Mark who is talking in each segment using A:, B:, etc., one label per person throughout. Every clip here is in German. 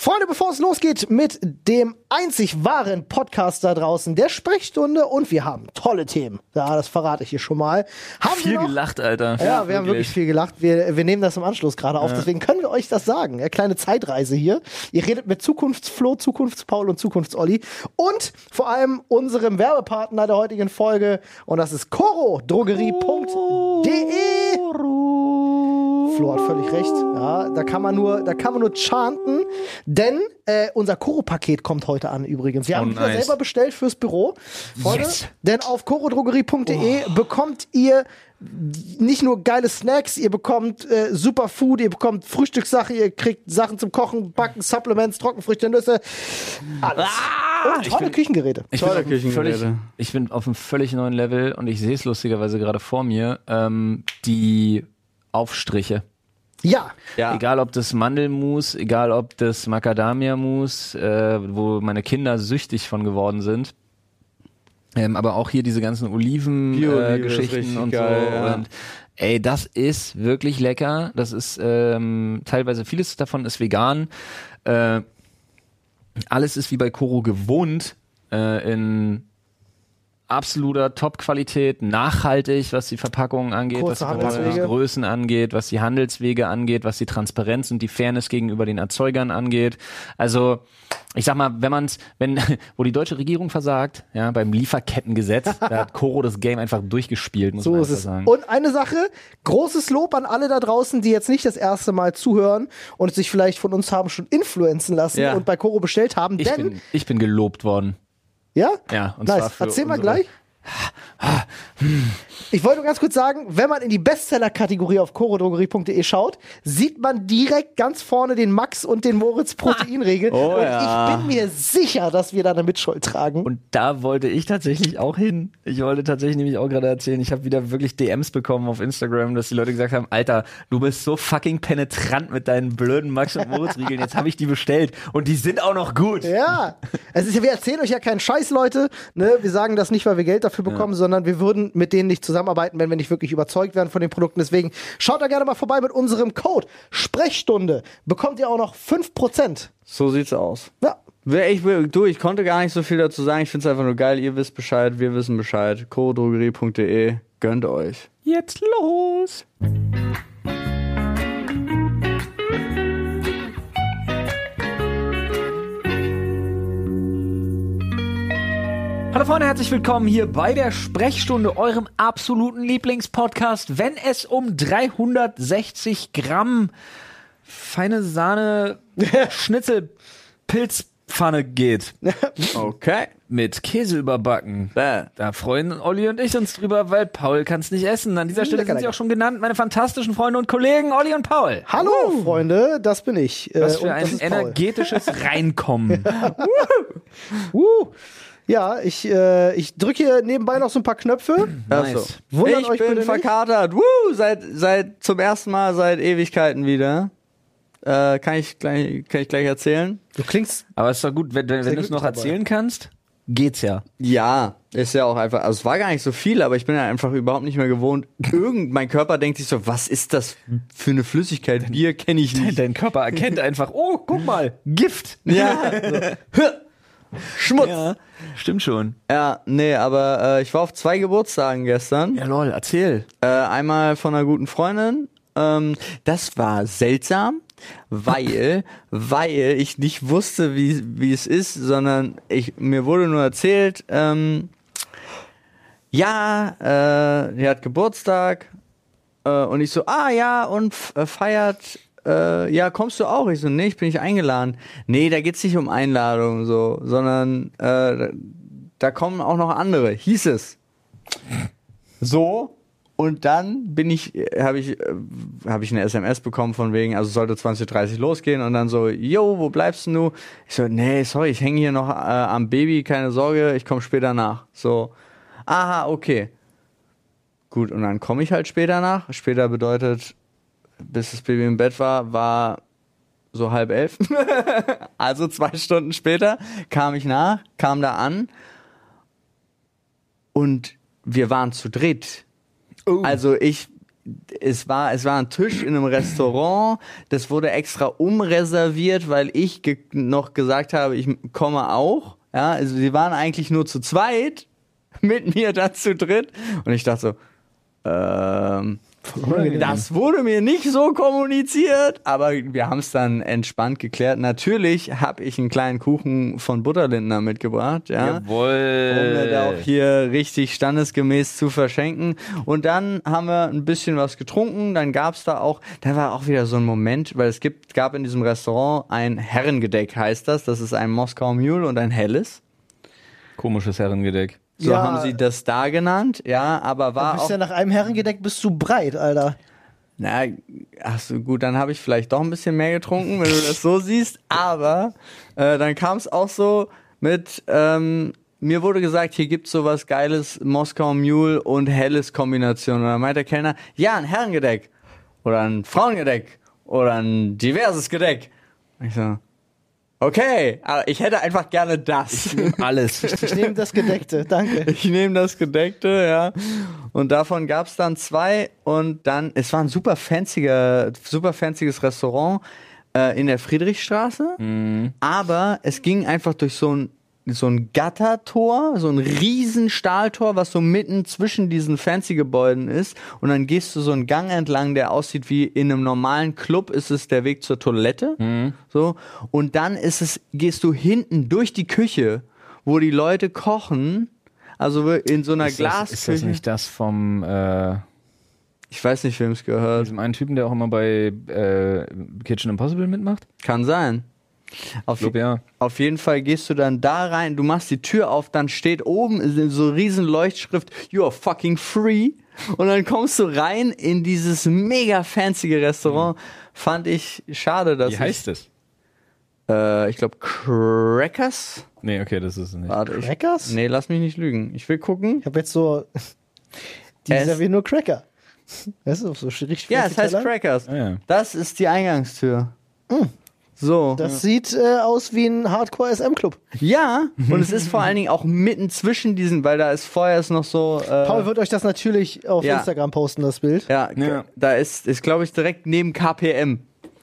A: Freunde, bevor es losgeht mit dem einzig wahren Podcast da draußen, der Sprechstunde und wir haben tolle Themen. Ja, das verrate ich hier schon mal. Haben
B: viel
A: wir noch?
B: gelacht, Alter.
A: Ja, wir haben wirklich viel gelacht. Wir, wir nehmen das im Anschluss gerade auf, deswegen können wir euch das sagen. Ja, kleine Zeitreise hier. Ihr redet mit Zukunftsflo, Zukunftspaul und Zukunftsolli und vor allem unserem Werbepartner der heutigen Folge und das ist korodrogerie.de. Flo hat völlig recht. Ja, da kann man nur, da kann man nur chanten, denn äh, unser Koro-Paket kommt heute an übrigens. Wir haben
B: Oh,
A: wieder
B: nice.
A: selber bestellt fürs Büro. Freunde, denn auf korodrogerie.de
B: Oh.
A: bekommt ihr nicht nur geile Snacks, ihr bekommt äh, Superfood, ihr bekommt Frühstückssachen, ihr kriegt Sachen zum Kochen, Backen, Supplements, Trockenfrüchte, Nüsse, alles. Und tolle Küchengeräte.
B: Ah, Ich bin,
A: tolle
B: auf einem völlig,
C: Küchengeräte.
B: ich bin auf einem völlig neuen Level und ich sehe es lustigerweise gerade vor mir. Ähm, die Aufstriche.
A: ja,
C: Ja.
B: Egal ob das Mandelmus, egal ob das Macadamia-Mus, äh, wo meine Kinder süchtig von geworden sind. Ähm, aber auch hier diese ganzen
C: Bio-Olive ist
B: Oliven-Geschichten
C: richtig
B: und
C: geil,
B: so.
C: ja.
B: Und, ey, das ist wirklich lecker. Das ist ähm, teilweise vieles davon ist vegan. Äh, alles ist wie bei Koro gewohnt äh, in absoluter Top-Qualität, nachhaltig, was die Verpackungen angeht,
A: Kurze
B: was die
A: Handelswege.
B: Verpackungsgrößen angeht, was die Handelswege angeht, was die Transparenz und die Fairness gegenüber den Erzeugern angeht. Also ich sag mal, wenn man's, wenn, wo die deutsche Regierung versagt, ja, beim Lieferkettengesetz, da hat Koro das Game einfach durchgespielt, muss
A: So
B: man
A: ist
B: einfach
A: es.
B: sagen.
A: Und eine Sache, großes Lob an alle da draußen, die jetzt nicht das erste Mal zuhören und sich vielleicht von uns haben schon influenzen lassen
C: Ja.
A: und bei Koro bestellt haben.
B: ich,
A: denn,
B: bin, ich bin gelobt worden.
A: ja?
B: Ja, und zwar
A: nice.
B: für
A: Erzähl mal
B: unsere-
A: gleich. Ich wollte nur ganz kurz sagen, wenn man in die Bestseller-Kategorie auf chorodrogerie.de schaut, sieht man direkt ganz vorne den Max und den Moritz Proteinregel.
C: Oh
A: und
C: ja.
A: ich bin mir sicher, dass wir da eine Mitschuld tragen.
B: Und da wollte ich tatsächlich auch hin. Ich wollte tatsächlich nämlich auch gerade erzählen, ich habe wieder wirklich DMs bekommen auf Instagram, dass die Leute gesagt haben, Alter, du bist so fucking penetrant mit deinen blöden Max und Moritz Riegeln. Jetzt habe ich die bestellt und die sind auch noch gut.
A: Ja, es ist ja, wir erzählen euch ja keinen Scheiß, Leute. Ne? Wir sagen das nicht, weil wir Geld dafür bekommen, sondern wir würden mit denen nicht zusammenarbeiten, wenn wir nicht wirklich überzeugt wären von den Produkten. Deswegen schaut da gerne mal vorbei mit unserem Code Sprechstunde. Bekommt ihr auch noch 5%.
C: So sieht's aus.
A: Ja,
C: Wer- Ich, du, ich konnte gar nicht so viel dazu sagen. Ich find's einfach nur geil. Ihr wisst Bescheid, wir wissen Bescheid. chorodrogerie.de. Gönnt euch.
B: Jetzt los. Hallo Freunde, herzlich willkommen hier bei der Sprechstunde, eurem absoluten Lieblingspodcast, wenn es um 360 Gramm feine Sahne Schnitzelpilzpfanne geht.
C: Okay.
B: Mit Käse überbacken.
C: Bäh.
B: Da freuen Olli und ich uns drüber, weil Paul kann es nicht essen. An dieser Stelle
A: Lecker,
B: sind sie
A: lecker.
B: auch schon genannt, meine fantastischen Freunde und Kollegen Olli und Paul.
A: hallo Freunde, das bin ich. Äh,
B: Was
A: und
B: für
A: das
B: ein
A: ist Paul.
B: energetisches Reinkommen.
A: Uh. Ja, ich, äh, ich drücke hier nebenbei noch so ein paar Knöpfe.
C: Achso.
B: Nice.
A: Wundert euch
C: ich bin
A: bitte nicht.
C: verkatert. Woo! Seit, seit zum ersten Mal seit Ewigkeiten wieder. Äh, kann, ich gleich, kann ich gleich erzählen?
A: Du klingst.
B: Aber ist doch gut, wenn, wenn, wenn du es
A: glücklich
B: noch
A: dabei.
B: erzählen kannst, geht's ja.
C: Ja, ist ja auch einfach, also es war gar nicht so viel, aber ich bin ja einfach überhaupt nicht mehr gewohnt. Irgend, mein Körper denkt sich so, was ist das für eine Flüssigkeit? Bier kenne ich nicht.
B: Dein Körper erkennt einfach, oh, guck mal, Gift.
C: Ja. So. Hö. Schmutz. Ja.
B: Stimmt schon.
C: nee, aber äh, ich war auf zwei Geburtstagen gestern.
B: Ja, lol, erzähl.
C: Äh, einmal von einer guten Freundin. Ähm, das war seltsam, weil, weil ich nicht wusste, wie, wie es ist, sondern ich, mir wurde nur erzählt, ähm, ja, äh, die hat Geburtstag. Äh, und ich so, ah ja, und f- äh, feiert. Äh, ja, kommst du auch? Ich so, nee, ich bin nicht eingeladen. Nee, da geht's nicht um Einladung so, sondern äh, da- da kommen auch noch andere, hieß es. So. Und dann bin ich, habe ich, äh, habe ich eine SMS bekommen von wegen, also sollte 20.30 Uhr losgehen und dann so, yo, wo bleibst denn du? Ich so, nee, sorry, ich hänge hier noch äh, am Baby, keine Sorge, ich komme später nach. So, aha, okay. Gut, und dann komme ich halt später nach. Später bedeutet, bis das Baby im Bett war, war so halb elf. also zwei Stunden später kam ich nach, kam da an und wir waren zu dritt. Also ich, es war, es war ein Tisch in einem Restaurant, das wurde extra umreserviert, weil ich ge noch gesagt habe, ich komme auch. Ja, also sie waren eigentlich nur zu zweit mit mir da zu dritt. Und ich dachte so, ähm, das wurde mir nicht so kommuniziert, aber wir haben es dann entspannt geklärt. Natürlich habe ich einen kleinen Kuchen von Butterlindner mitgebracht, ja, um mir da auch
B: Jawohl.
C: hier richtig standesgemäß zu verschenken. Und dann haben wir ein bisschen was getrunken, dann gab es da auch, da war auch wieder so ein Moment, weil es gibt, gab in diesem Restaurant ein Herrengedeck, heißt das. Das ist ein Moskauer Mule und ein helles.
B: Komisches Herrengedeck.
C: So
A: Ja.
C: haben sie das da genannt, ja, aber
A: Du
C: war
A: bist
C: Ah, auch.
A: ja nach einem Herrengedeck bist du breit, Alter.
C: Na, ach so, gut, dann habe ich vielleicht doch ein bisschen mehr getrunken, wenn du das so siehst. Aber äh, dann kam es auch so mit, ähm, mir wurde gesagt, hier gibt's sowas Geiles, Moskau Mule und helles Kombination. Und dann meint der Kellner, ja, ein Herrengedeck oder ein Frauengedeck oder ein diverses Gedeck. Und ich so, okay, aber ich hätte einfach gerne das.
B: Alles.
A: Ich nehme das Gedeckte, danke.
C: Ich nehme das Gedeckte, ja. Und davon gab es dann zwei und dann, es war ein super fanciger, super fancyes Restaurant äh, in der Friedrichstraße, aber es ging einfach durch so ein so ein Gattertor, so ein riesen Stahltor, was so mitten zwischen diesen fancy Gebäuden ist und dann gehst du so einen Gang entlang, der aussieht wie in einem normalen Club ist es der Weg zur Toilette, so und dann ist es gehst du hinten durch die Küche, wo die Leute kochen, also in so einer
B: Ist das,
C: Glasküche.
B: ist das nicht das vom äh,
C: Ich weiß nicht, wem es gehört.
B: diesem einen Typen, der auch immer bei äh, Kitchen Impossible mitmacht?
C: Kann sein. Auf,
B: Ich glaube ja.
C: auf jeden Fall gehst du dann da rein, du machst die Tür auf, dann steht oben so riesen Leuchtschrift, you're fucking free. Und dann kommst du rein in dieses mega fancy Restaurant. Fand ich schade, dass
B: Mhm. Wie heißt es?
C: ich, äh, ich glaube, Crackers.
B: Nee, okay, das ist es nicht.
C: Warte, ich,
A: Crackers?
C: Nee, lass mich nicht lügen. Ich will gucken.
A: Ich habe jetzt so. Die
C: Es-
A: servieren nur Cracker. Das ist auch so richtig
C: Ja,
A: fancy
C: es heißt
A: Teller.
C: Crackers.
B: Ah, ja. Mhm.
C: Das ist die Eingangstür. So.
A: Das sieht äh, aus wie ein Hardcore-SM-Club.
C: Ja, und es ist vor allen Dingen auch mitten zwischen diesen, weil da ist vorher ist noch so. Äh,
A: Paul wird euch das natürlich auf
C: ja.
A: Instagram posten, das Bild.
C: ja,
B: Ja.
C: da ist, ist glaube ich, direkt neben KPM.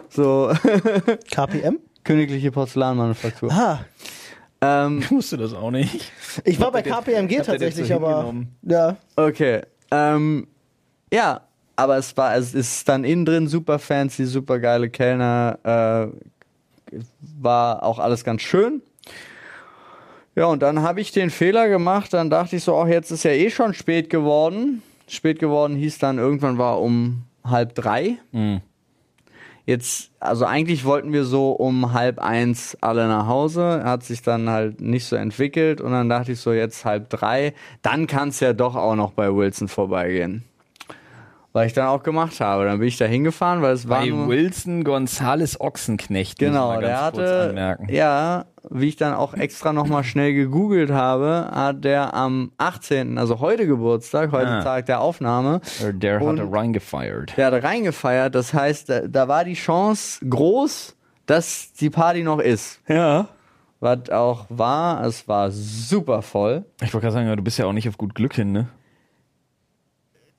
C: So,
A: KPM?
C: Königliche Porzellanmanufaktur.
A: Ah,
C: Ähm,
B: Ich wusste das auch nicht.
A: ich war bei
B: Habt ihr
A: KPMG
B: den- habt ihr den
A: tatsächlich,
B: so
A: aber.
B: hingenommen?
A: Ja.
C: okay. Ähm, ja, aber es war, es ist dann innen drin super fancy, super geile Kellner. Äh, war auch alles ganz schön. Ja, und dann habe ich den Fehler gemacht. Dann dachte ich so, ach, jetzt ist ja eh schon spät geworden. Spät geworden hieß dann, irgendwann war um halb drei. Jetzt, also eigentlich wollten wir so um halb eins alle nach Hause. Hat sich dann halt nicht so entwickelt. Und dann dachte ich so, jetzt halb drei. Dann kann es ja doch auch noch bei Wilson vorbeigehen. Weil ich dann auch gemacht habe. Dann bin ich da hingefahren, weil es war
B: Bei
C: nur...
B: Wilson Gonzales Ochsenknecht. muss
C: Genau,
B: ich mal ganz
C: der
B: Kurz
C: hatte,
B: anmerken.
C: ja, wie ich dann auch extra nochmal schnell gegoogelt habe, hat der am 18., also heute Geburtstag, heute
B: Ah.
C: Tag der Aufnahme,
B: Äh, Der
C: Und-
B: hatte reingefeiert.
C: der hat reingefeiert. Das heißt, da, da war die Chance groß, dass die Party noch ist.
B: Ja.
C: Was auch war, es war super voll.
B: Ich wollte gerade sagen, du bist ja auch nicht auf gut Glück hin, ne?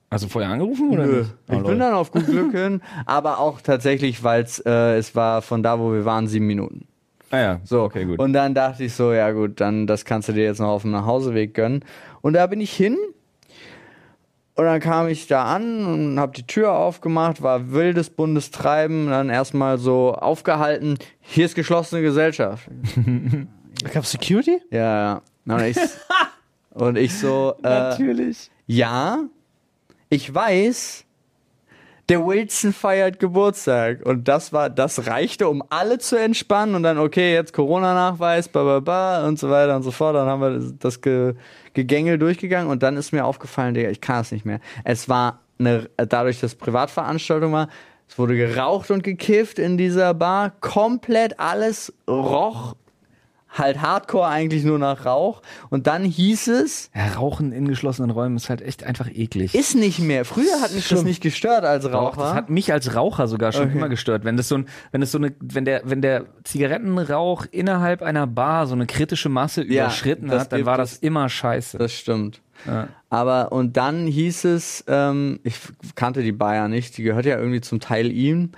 B: Also vorher angerufen oder
C: Nö,
B: nicht? Ah,
C: ich
B: lol.
C: bin dann auf gut Glück hin, aber auch tatsächlich, weil äh, es war von da, wo wir waren, sieben Minuten.
B: Ah ja,
C: So,
B: so, okay, gut.
C: Und dann dachte ich so, ja gut, dann das kannst du dir jetzt noch auf dem Nachhauseweg gönnen. Und da bin ich hin und dann kam ich da an und habe die Tür aufgemacht, war wildes buntes Treiben, dann erstmal so aufgehalten, hier ist geschlossene Gesellschaft.
A: Ich hab Security?
C: Ja, ja. Und ich, und ich so, äh,
B: Natürlich.
C: ja, ich weiß, der Wilson feiert Geburtstag. Und das war, das reichte, um alle zu entspannen und dann, okay, jetzt Corona-Nachweis, ba, ba, ba und so weiter und so fort. Dann haben wir das, das Ge Gegängel durchgegangen und dann ist mir aufgefallen, Digga, ich kann es nicht mehr. Es war eine, dadurch, dass Privatveranstaltung war, es wurde geraucht und gekifft in dieser Bar, komplett alles roch halt Hardcore eigentlich nur nach Rauch. Und dann hieß es,
B: Ja, Rauchen in geschlossenen Räumen ist halt echt einfach eklig.
C: ist nicht mehr. Früher hat mich das nicht gestört als
B: Doch,
C: Raucher.
B: das hat mich als Raucher sogar schon immer gestört. Wenn das so ein, wenn das so eine, wenn der, wenn der Zigarettenrauch innerhalb einer Bar so eine kritische Masse
C: Ja,
B: überschritten
C: das
B: hat, dann
C: gibt
B: war
C: es.
B: das immer scheiße.
C: Das stimmt. Aber und dann hieß es, ähm, ich kannte die Bayer nicht, die gehört ja irgendwie zum Teil ihm.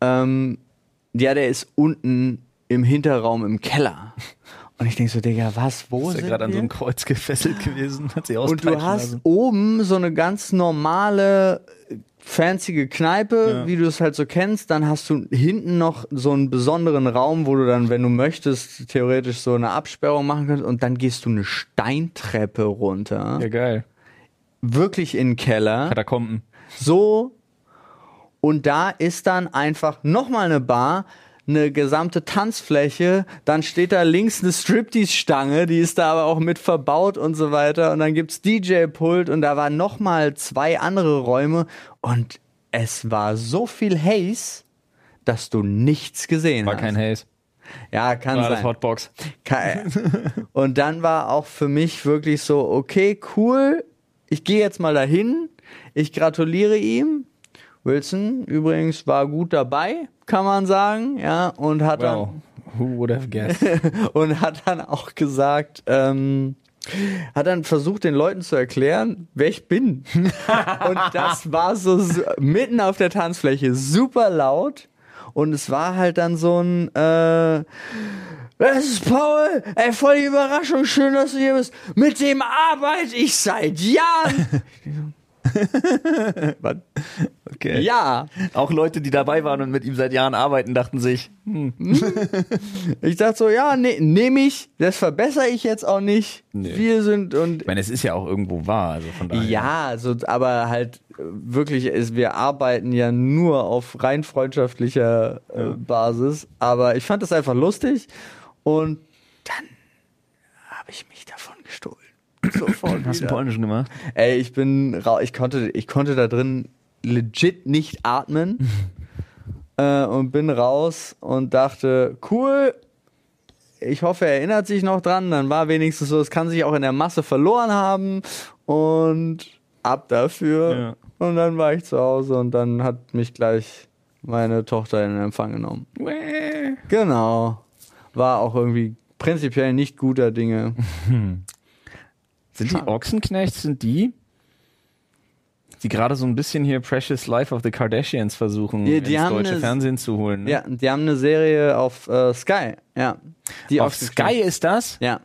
C: Ähm, ja, der ist unten im Hinterraum im Keller. Und ich denke so, Digga, was, wo
B: ist
C: sind
B: ja gerade an so
C: wir?
B: einem Kreuz gefesselt gewesen, hat sie
C: Und du
B: auspeitschen
C: hast
B: lassen.
C: oben so eine ganz normale, fancyge Kneipe, wie du es halt so kennst. Dann hast du hinten noch so einen besonderen Raum, wo du dann, wenn du möchtest, theoretisch so eine Absperrung machen kannst. Und dann gehst du eine Steintreppe runter.
B: Ja, geil.
C: Wirklich in den Keller.
B: Katakomben.
C: So. Und da ist dann einfach nochmal eine Bar, eine gesamte Tanzfläche, dann steht da links eine Striptease-Stange, die ist da aber auch mit verbaut und so weiter. Und dann gibt's DJ-Pult und da waren nochmal zwei andere Räume und es war so viel Haze, dass du nichts gesehen
B: War
C: hast.
B: kein Haze.
C: ja, kann
B: War
C: sein.
B: das Hotbox.
C: Kein. Und dann war auch für mich wirklich so, okay, cool, ich gehe jetzt mal dahin, ich gratuliere ihm. Wilson übrigens war gut dabei, kann man sagen, ja, und hat
B: Wow. Who would have guessed?
C: dann und hat dann auch gesagt, ähm, hat dann versucht, den Leuten zu erklären, wer ich bin. und das war so su- mitten auf der Tanzfläche super laut. Und es war halt dann so ein, äh, das ist Paul. Ey, voll die Überraschung. Schön, dass du hier bist. Mit dem arbeite ich seit Jahren. Was?
B: Okay.
C: Ja.
B: Auch Leute, die dabei waren und mit ihm seit Jahren arbeiten, dachten sich,
C: Ich dachte so, ja, ne, nehme ich. Das verbessere ich jetzt auch nicht.
B: Nee.
C: Wir sind und
B: ich meine, es ist ja auch irgendwo wahr, also von daher.
C: ja, so, aber halt äh, wirklich ist, wir arbeiten ja nur auf rein freundschaftlicher äh, Basis. Aber ich fand das einfach lustig und dann habe ich mich davon gestohlen. Sofort
B: Hast du einen
C: wieder.
B: polnischen gemacht?
C: Ey, ich bin rau ich konnte ich konnte da drin legit nicht atmen äh, und bin raus und dachte, cool. Ich hoffe, er erinnert sich noch dran, dann war wenigstens so, es kann sich auch in der Masse verloren haben und ab dafür. Und dann war ich zu Hause und dann hat mich gleich meine Tochter in Empfang genommen. Genau. War auch irgendwie prinzipiell nicht guter Dinge.
B: Sind die Ochsenknechts, sind die, die gerade so ein bisschen hier Precious Life of the Kardashians versuchen,
C: Die- die
B: ins
C: haben
B: deutsche
C: eine-
B: Fernsehen zu holen? Ne?
C: Ja, die haben eine Serie auf äh, Sky. Ja. Die
B: Auf
C: aufgestellt-
B: Sky ist das?
C: Ja.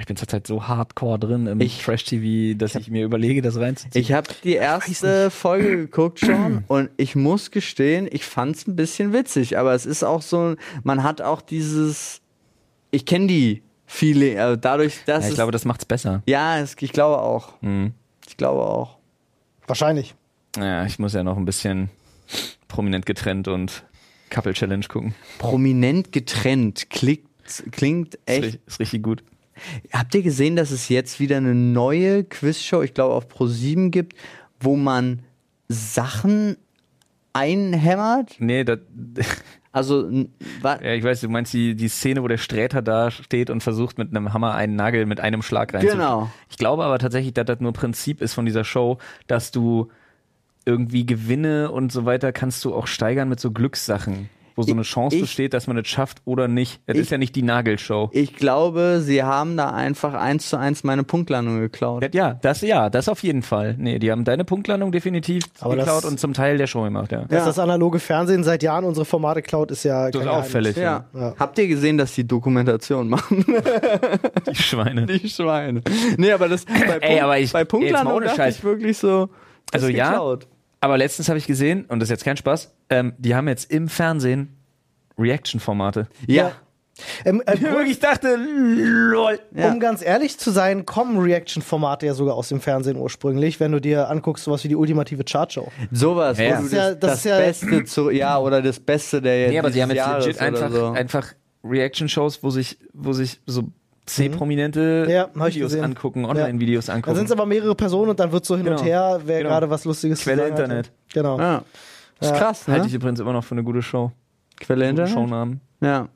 B: Ich bin zurzeit so hardcore drin im
C: Ich-
B: Trash-TV, dass ich, mir überlege, das reinzuziehen.
C: Ich habe die erste Folge geguckt schon und ich muss gestehen, ich fand's ein bisschen witzig, aber es ist auch so, man hat auch dieses, ich kenne die viele, also dadurch, dass
B: ja, ich
C: es,
B: glaube, Mhm. das macht's besser.
C: ja, es, ich glaube auch, ich glaube auch.
A: Wahrscheinlich.
B: Ja, ich muss ja noch ein bisschen prominent getrennt und Couple Challenge gucken.
C: Prominent getrennt klingt, klingt
B: Ist,
C: echt.
B: richtig- ist richtig gut.
C: Habt ihr gesehen, dass es jetzt wieder eine neue Quizshow, ich glaube auf Pro7 gibt, wo man Sachen einhämmert?
B: Nee, da,
C: Also n- wa-
B: ja, ich weiß, du meinst die, die Szene, wo der Sträter da steht und versucht mit einem Hammer einen Nagel mit einem Schlag reinzuschlagen.
C: Genau.
B: Ich glaube aber tatsächlich, dass das nur Prinzip ist von dieser Show, dass du irgendwie Gewinne und so weiter kannst du auch steigern mit so Glückssachen, wo so eine Chance
C: ich-
B: besteht, dass man es schafft oder nicht. Es ist ja nicht die Nagelshow.
C: Ich glaube, sie haben da einfach eins zu eins meine Punktlandung geklaut.
B: Ja, das ja, das auf jeden Fall. Nee, die haben deine Punktlandung definitiv
A: Aber das-
B: geklaut und zum Teil der Show gemacht, ja.
A: Dass das analoge Fernsehen seit Jahren unsere Formate klaut, ist ja
B: Das
A: kein
B: ist
A: Geheimnis.
B: auffällig, ja.
C: Ja.
A: Ja.
C: Habt ihr gesehen, dass die Dokumentation machen?
B: Die Schweine.
C: die Schweine. Nee, aber das bei,
B: Ey, aber ich-
C: bei Punktlandung
B: jetzt mal ohne
C: dachte
B: Scheiß.
C: ich wirklich so. das
B: Also
C: ist
B: ja.
C: Geklaut.
B: Aber letztens habe ich gesehen, und das ist jetzt kein Spaß, ähm, die haben jetzt im Fernsehen Reaction-Formate.
C: Ja.
A: Ja. Ähm, äh,
B: Wo ich dachte, lol.
C: Ja.
A: Um ganz ehrlich zu sein, kommen Reaction-Formate ja sogar aus dem Fernsehen ursprünglich, wenn du dir anguckst, sowas wie die ultimative Chartshow.
C: Sowas.
B: Ja.
C: wo
B: Das
C: du
A: ist ja-
C: das,
A: das
C: das
A: ist ja-
C: Beste zu, ja, oder das Beste der jetzt.
B: Nee, aber sie haben jetzt
C: dieses Jahres
B: legit
C: oder
B: einfach,
C: so.
B: einfach Reaction-Shows, wo sich, wo sich so C-prominente
A: Ja, hab ich
B: Videos
A: gesehen.
B: angucken, Online-Videos
A: Da sind
B: angucken.
A: es aber mehrere Personen und dann wird so hin
B: Genau.
A: und her, wer
B: Genau.
A: gerade was Lustiges zu
B: Quelle
A: sagen hatte.
B: Internet.
A: Genau.
C: Ja. Ist
A: Ja.
C: krass, ne?
B: Halte ich übrigens immer noch für eine gute Show.
C: Quelle
B: Guten
C: Internet?
B: Shownamen.
C: Ja.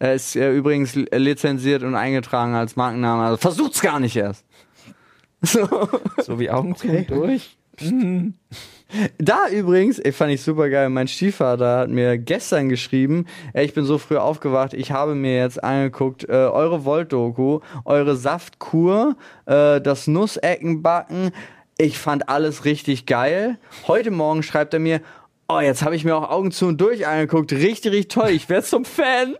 C: Er ist äh, übrigens li- lizenziert und eingetragen als Markenname. Also versucht's gar nicht erst. So.
B: So wie Augen zu und durch.
C: Da übrigens, ey, fand ich super geil, mein Stiefvater hat mir gestern geschrieben, ey, ich bin so früh aufgewacht, ich habe mir jetzt angeguckt, äh, eure Volt-Doku, eure Saftkur, äh, das Nusseckenbacken, ich fand alles richtig geil. Heute Morgen schreibt er mir, oh, jetzt habe ich mir auch Augen zu und durch angeguckt, richtig, richtig toll, ich werde zum Fan.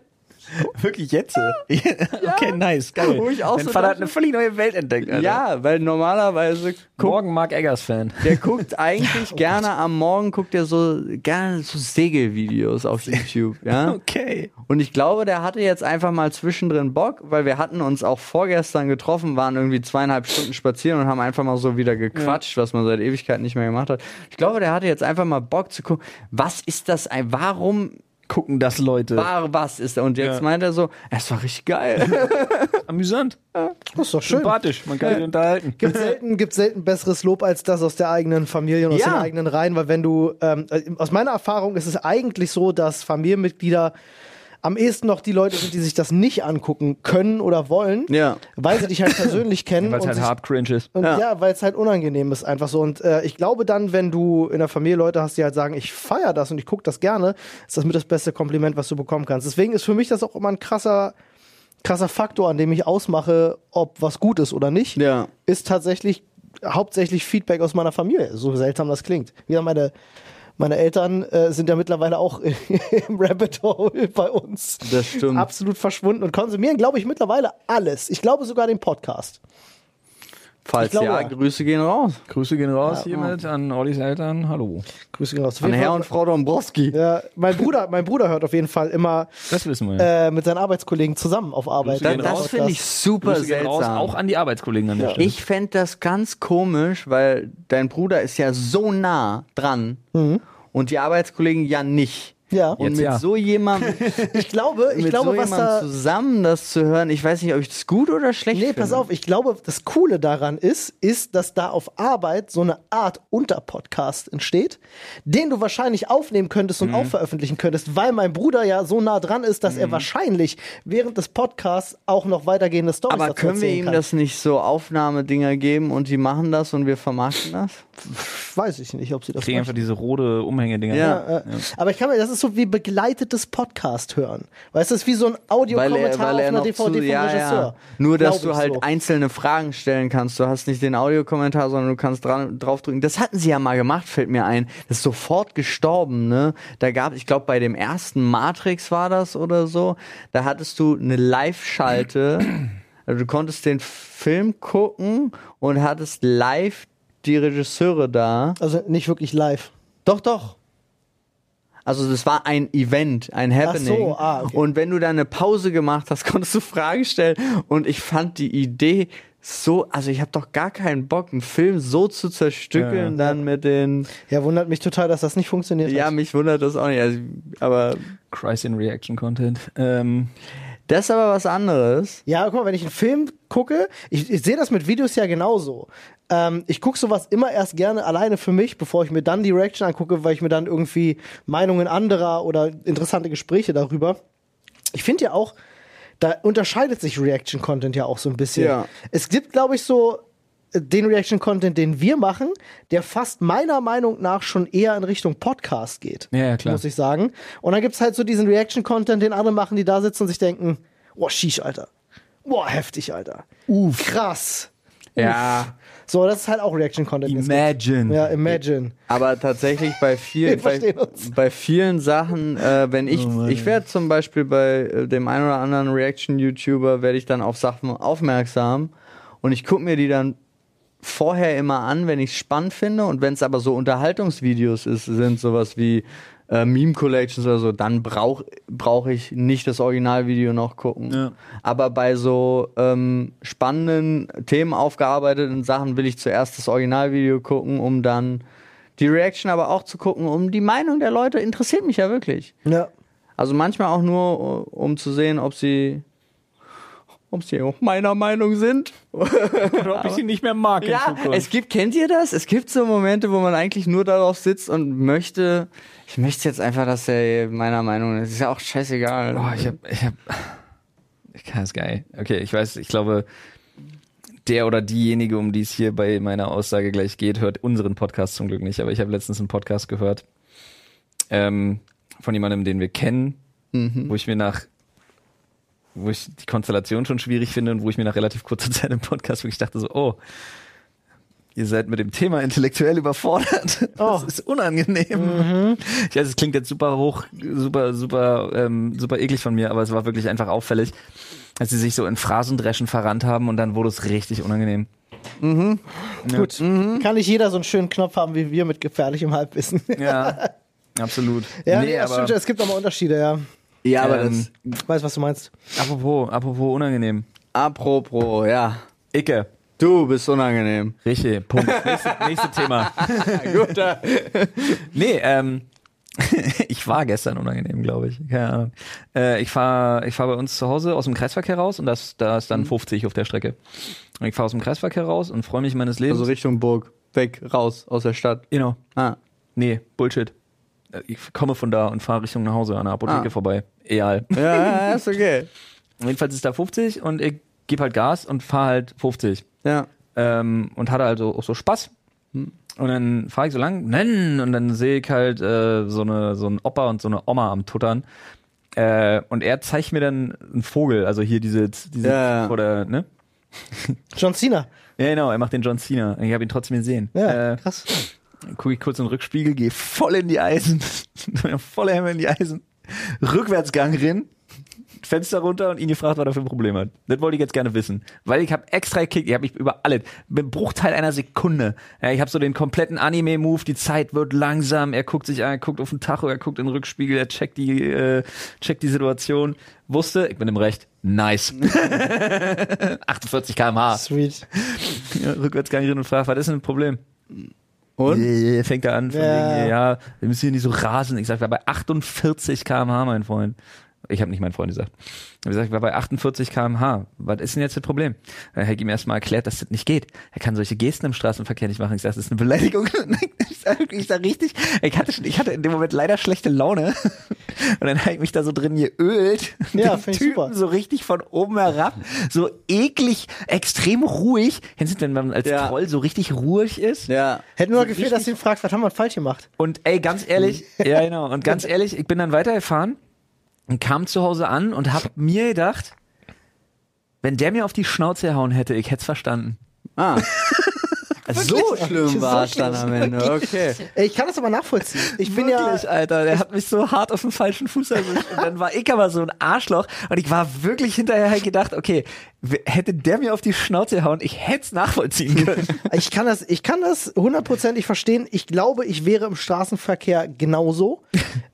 B: Wirklich jetzt? Okay, nice, geil.
C: Wo ich auch
B: Dein
C: so
B: Vater
C: dachte-
B: hat eine völlig neue Welt entdeckt. Alter.
C: Ja, weil normalerweise guckt
B: Morgen Mark Eggers Fan.
C: Der
B: oh
C: guckt eigentlich gerne am Morgen, guckt er so gerne so Segelvideos auf YouTube, ja.
B: Okay.
C: Und ich glaube, der hatte jetzt einfach mal zwischendrin Bock, weil wir hatten uns auch vorgestern getroffen, waren irgendwie zweieinhalb Stunden spazieren und haben einfach mal so wieder gequatscht, was man seit Ewigkeiten nicht mehr gemacht hat. Ich glaube, der hatte jetzt einfach mal Bock zu gucken, was ist das, ein- warum
B: Gucken das Leute.
C: war was ist da? Und jetzt
B: Ja.
C: meint er so, es war richtig geil.
B: Amüsant,
A: Das ist doch schön.
B: sympathisch, man kann sich unterhalten.
A: Gibt selten, gibt selten besseres Lob als das aus der eigenen Familie und aus
C: Ja.
A: den eigenen Reihen, weil wenn du, ähm, äh, aus meiner Erfahrung ist es eigentlich so, dass Familienmitglieder am ehesten noch die Leute sind, die sich das nicht angucken können oder wollen,
C: ja.
A: weil sie dich halt persönlich kennen
B: Weil es
A: und,
B: halt
A: sich,
B: hart cringe ist.
A: und
C: Ja.
A: ja, weil es halt unangenehm ist einfach so. Und äh, ich glaube dann, wenn du in der Familie Leute hast, die halt sagen, ich feier das und ich gucke das gerne, ist das mit das beste Kompliment, was du bekommen kannst. Deswegen ist für mich das auch immer ein krasser, krasser Faktor, an dem ich ausmache, ob was gut ist oder nicht
C: Ja.
A: ist tatsächlich hauptsächlich Feedback aus meiner Familie, so seltsam das klingt. Wie gesagt, meine, meine Eltern äh, sind ja mittlerweile auch im Rabbit Hole bei uns.
C: Das stimmt.
A: Absolut verschwunden und konsumieren, glaube ich, mittlerweile alles. Ich glaube sogar den Podcast.
C: Falls
A: Ich glaube,
C: ja,
A: ja.
C: Grüße gehen raus.
B: Grüße gehen raus hiermit an Ollis Eltern. Hallo.
A: Grüße gehen raus. Auf
C: An
A: jeden
C: Herr
A: Fall-
C: und Frau Dombrowski.
A: ja, mein, Bruder, mein Bruder hört auf jeden Fall immer
B: Das wissen wir.
A: äh, mit seinen Arbeitskollegen zusammen auf Arbeit.
B: Grüße
C: Das,
B: gehen
A: den
C: das
B: raus.
C: finde ich
A: Podcast.
C: super
B: Grüße gehen
C: seltsam.
B: raus, auch an die Arbeitskollegen an der Stelle.
C: Ich fände das ganz komisch, weil dein Bruder ist ja so nah dran und die Arbeitskollegen ja nicht.
A: Mhm. Ja.
C: Und
B: Jetzt
C: mit
B: ja.
C: so jemandem,
A: Ich glaube, ich
C: mit
A: glaube,
C: so
A: was
C: jemandem
A: da
C: zusammen das zu hören, ich weiß nicht, ob ich das gut oder schlecht
A: Nee,
C: finde.
A: pass auf, ich glaube, das Coole daran ist, ist, dass da auf Arbeit so eine Art Unterpodcast entsteht, den du wahrscheinlich aufnehmen könntest
B: Mhm.
A: und auch veröffentlichen könntest, weil mein Bruder ja so nah dran ist, dass er wahrscheinlich während des Podcasts auch noch weitergehende Storys
C: Aber
A: dazu
C: können wir
A: erzählen
C: ihm
A: kann.
C: das nicht so Aufnahmedinger geben und die machen das und wir vermarkten das?
A: Weiß ich nicht, ob sie das
B: kriege einfach
A: möchten.
B: diese rote Umhängedinger.
C: Ja.
A: Ja, äh, Aber ich kann mir, das ist so wie begleitetes Podcast hören. Weißt du, das ist wie so ein Audiokommentar auf einer DVD vom
C: ja,
A: Regisseur.
C: Ja. Nur, dass
A: Glaube
C: du
A: ich
C: halt
A: so.
C: einzelne Fragen stellen kannst. Du hast nicht den Audiokommentar, sondern du kannst dran, draufdrücken. Das hatten sie ja mal gemacht, fällt mir ein. Das ist sofort gestorben, ne? Da gab ich glaube, bei dem ersten Matrix war das oder so. Da hattest du eine Live-Schalte. Also du konntest den Film gucken und hattest live die Regisseure da.
A: Also nicht wirklich live.
C: Doch, doch. Also das war ein Event, ein Happening.
A: so, ah, okay.
C: Und wenn du da eine Pause gemacht hast, konntest du Fragen stellen. Und ich fand die Idee so, also ich habe doch gar keinen Bock, einen Film so zu zerstückeln,
B: Ja, ja.
C: dann mit den.
A: Ja, wundert mich total, dass das nicht funktioniert
C: Ja,
A: hat.
C: mich wundert das auch nicht. Also, aber
B: Christ in Reaction Content. Ähm,
C: das ist aber was anderes.
A: Ja, guck mal, wenn ich einen Film gucke, ich, ich sehe das mit Videos ja genauso. Ähm, ich gucke sowas immer erst gerne alleine für mich, bevor ich mir dann die Reaction angucke, weil ich mir dann irgendwie Meinungen anderer oder interessante Gespräche darüber. Ich finde ja auch, da unterscheidet sich Reaction-Content ja auch so ein bisschen.
C: Ja.
A: Es gibt, glaube ich, so äh, den Reaction-Content, den wir machen, der fast meiner Meinung nach schon eher in Richtung Podcast geht.
B: Ja, ja, klar.
A: Muss ich sagen. Und dann gibt's halt so diesen Reaction-Content, den andere machen, die da sitzen und sich denken, boah, sheesh, Alter. Boah, heftig, Alter. Uff. Krass.
C: Ja.
A: So, das ist halt auch Reaction-Content. den es gibt.
B: imagine.
A: Ja, imagine.
C: Aber tatsächlich bei vielen,
A: Wir
C: bei,
A: verstehen uns. Oh
C: bei vielen Sachen, äh, wenn ich, ich werde zum Beispiel bei äh, dem einen oder anderen Reaction-YouTuber, werde ich dann auf Sachen aufmerksam und ich gucke mir die dann vorher immer an, wenn ich es spannend finde und wenn es aber so Unterhaltungsvideos ist, sind sowas wie äh, Meme-Collections oder so, dann brauche brauch ich nicht das Originalvideo noch gucken.
B: Ja.
C: Aber bei so ähm, spannenden, Themen aufgearbeiteten Sachen will ich zuerst das Originalvideo gucken, um dann die Reaction aber auch zu gucken, um die Meinung der Leute interessiert mich ja wirklich.
A: Ja.
C: Also manchmal auch nur, uh, um zu sehen, ob sie, ob sie auch meiner Meinung sind.
B: Oder ob ich sie nicht mehr mag in
C: Ja,
B: Zukunft.
C: es gibt, kennt ihr das? Es gibt so Momente, wo man eigentlich nur darauf sitzt und möchte, ich möchte jetzt einfach, dass er meiner Meinung ist. Ist ja auch scheißegal.
B: Boah, Oh, ich hab, ich hab, Ja, ist geil. Okay, ich weiß, ich glaube, der oder diejenige, um die es hier bei meiner Aussage gleich geht, hört unseren Podcast zum Glück nicht. Aber ich habe letztens einen Podcast gehört ähm, von jemandem, den wir kennen, wo ich mir nach, wo ich die Konstellation schon schwierig finde und wo ich mir nach relativ kurzer Zeit im Podcast wirklich dachte so, oh, ihr seid mit dem Thema intellektuell überfordert.
A: Oh.
B: Das ist unangenehm.
A: Mhm.
B: Ich weiß, es klingt jetzt super hoch, super, super, ähm, super eklig von mir, aber es war wirklich einfach auffällig, dass sie sich so in Phrasendreschen verrannt haben und dann wurde es richtig unangenehm.
A: Mhm. Gut.
B: Hm?
A: Kann nicht jeder so einen schönen Knopf haben wie wir mit gefährlichem Halbwissen.
B: Ja, absolut.
A: Ja, nee, das stimmt, es gibt auch mal Unterschiede, ja.
C: Ja, aber
B: Ähm,
A: Ich weiß, was du meinst.
B: Apropos, apropos unangenehm.
C: das. Apropos, ja.
B: Icke.
C: Du bist unangenehm.
B: Richtig, Punkt. Nächste, nächste Thema.
C: Guter.
B: Nee, ähm, ich war gestern unangenehm, glaube ich. Keine Ahnung. Äh, ich fahre ich fahr bei uns zu Hause aus dem Kreisverkehr raus und das, da ist dann
C: Mhm.
B: 50 auf der Strecke. Und ich fahre aus dem Kreisverkehr raus und freue mich meines Lebens.
C: Also Richtung Burg. Weg, raus, aus der Stadt.
B: genau.
C: Ah.
B: Nee, Bullshit. Äh, Ich komme von da und fahre Richtung nach Hause an der Apotheke
C: Ah.
B: vorbei. Egal.
C: Ja, ist okay.
B: Jedenfalls ist da 50 und ich gebe halt Gas und fahre halt 50.
C: Ja.
B: ähm, und hatte also auch so Spaß. Und dann fahre ich so lang, nennen, und dann sehe ich halt äh, so, eine, so einen Opa und so eine Oma am Tuttern. Äh, und er zeigt mir dann einen Vogel, also hier diese, diese
C: Ja, ja.
B: oder, ne?
A: John Cena.
B: Ja, genau, er macht den John Cena. Ich habe ihn trotzdem gesehen.
A: Ja,
B: Äh,
A: krass.
B: gucke ich kurz in den Rückspiegel, gehe voll in die Eisen, volle Hemme in die Eisen, Rückwärtsgang rin, Fenster runter und ihn gefragt, was er für ein Problem hat. Das wollte ich jetzt gerne wissen, weil ich habe extra gekickt, ich habe mich über alles, mit einem Bruchteil einer Sekunde, ja, ich habe so den kompletten Anime-Move, die Zeit wird langsam, er guckt sich an, er guckt auf den Tacho, er guckt in den Rückspiegel, er checkt die, äh, checkt die Situation, wusste, ich bin im Recht, nice. 48 km/h,
A: Sweet.
B: Ja, Rückwärtsgang rin und fragt, was ist denn ein Problem?
C: Und?
B: Äh, Fängt er an, von
A: Ja.
B: wegen, ja, wir müssen hier nicht so rasen. Ich sag, war bei 48 km/h, mein Freund. Ich habe nicht mein Freund gesagt. Ich hab gesagt, ich war bei 48 km/h. Was ist denn jetzt das Problem? Dann hab ich ihm erstmal erklärt, dass das nicht geht. Er kann solche Gesten im Straßenverkehr nicht machen. Ich sag, das ist eine Beleidigung. Ich sag, ich sag richtig, ich hatte, schon- ich hatte in dem Moment leider schlechte Laune. Und dann hab ich mich da so drin geölt.
A: Ja,
B: Den
A: find ich
B: Typen
A: super.
B: So richtig von oben herab. So eklig, extrem ruhig. Kennst du, das, wenn man als
C: Ja.
B: Troll so richtig ruhig ist?
C: Ja.
A: Hätte nur gefehlt, dass du ihn fragst, was haben wir falsch gemacht?
B: Und ey, ganz ehrlich, ja genau, und ganz ehrlich, ich bin dann weitergefahren und kam zu Hause an und hab mir gedacht, wenn der mir auf die Schnauze gehauen hätte, ich hätt's verstanden.
C: Ah. so
A: So
C: schlimm war es
A: schlimm.
C: dann am Ende. Okay.
A: Ey, ich kann das aber nachvollziehen. Ich bin
B: Wirklich,
A: ja.
B: Alter, der hat mich so hart auf den falschen Fuß erwischt. Und dann war ich aber so ein Arschloch und ich war wirklich hinterher halt gedacht, okay, w- hätte der mir auf die Schnauze gehauen, ich hätt's nachvollziehen können.
A: Ich kann das, ich kann das hundertprozentig verstehen. Ich glaube, ich wäre im Straßenverkehr genauso,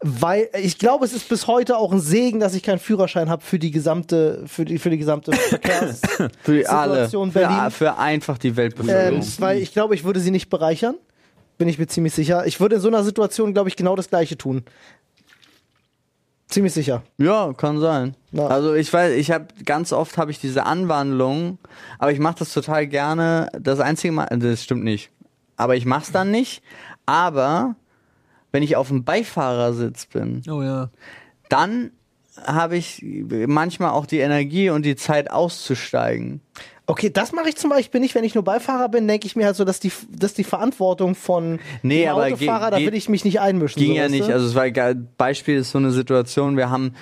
A: weil ich glaube, es ist bis heute auch ein Segen, dass ich keinen Führerschein habe für die gesamte, für die, für die gesamte Verkehrs.
C: Für die alle. Äh,
A: Situation Berlin.
C: Für, für einfach die
A: ähm,
C: Weltbevölkerung.
A: weil ich glaube, ich würde sie nicht bereichern. Bin ich mir ziemlich sicher. Ich würde in so einer Situation, glaube ich, genau das Gleiche tun. Ziemlich sicher.
C: Ja, kann sein.
A: Ja.
C: Also ich weiß, ich habe ganz oft habe ich diese Anwandlung, aber ich mache das total gerne. Das einzige Mal, also das stimmt nicht, aber ich mach's dann nicht. Aber wenn ich auf dem Beifahrersitz bin,
B: Oh ja.
C: dann habe ich manchmal auch die Energie und die Zeit auszusteigen.
A: Okay, das mache ich zum Beispiel nicht, wenn ich nur Beifahrer bin, denke ich mir halt so, dass die, dass die Verantwortung von
C: Nee,
A: dem
C: aber ge-
A: Autofahrer, da
C: ge-
A: will ich mich nicht einmischen.
C: Ging
A: so,
C: ja
A: weißt du?
C: nicht. Also es war egal. Beispiel ist so eine Situation, wir haben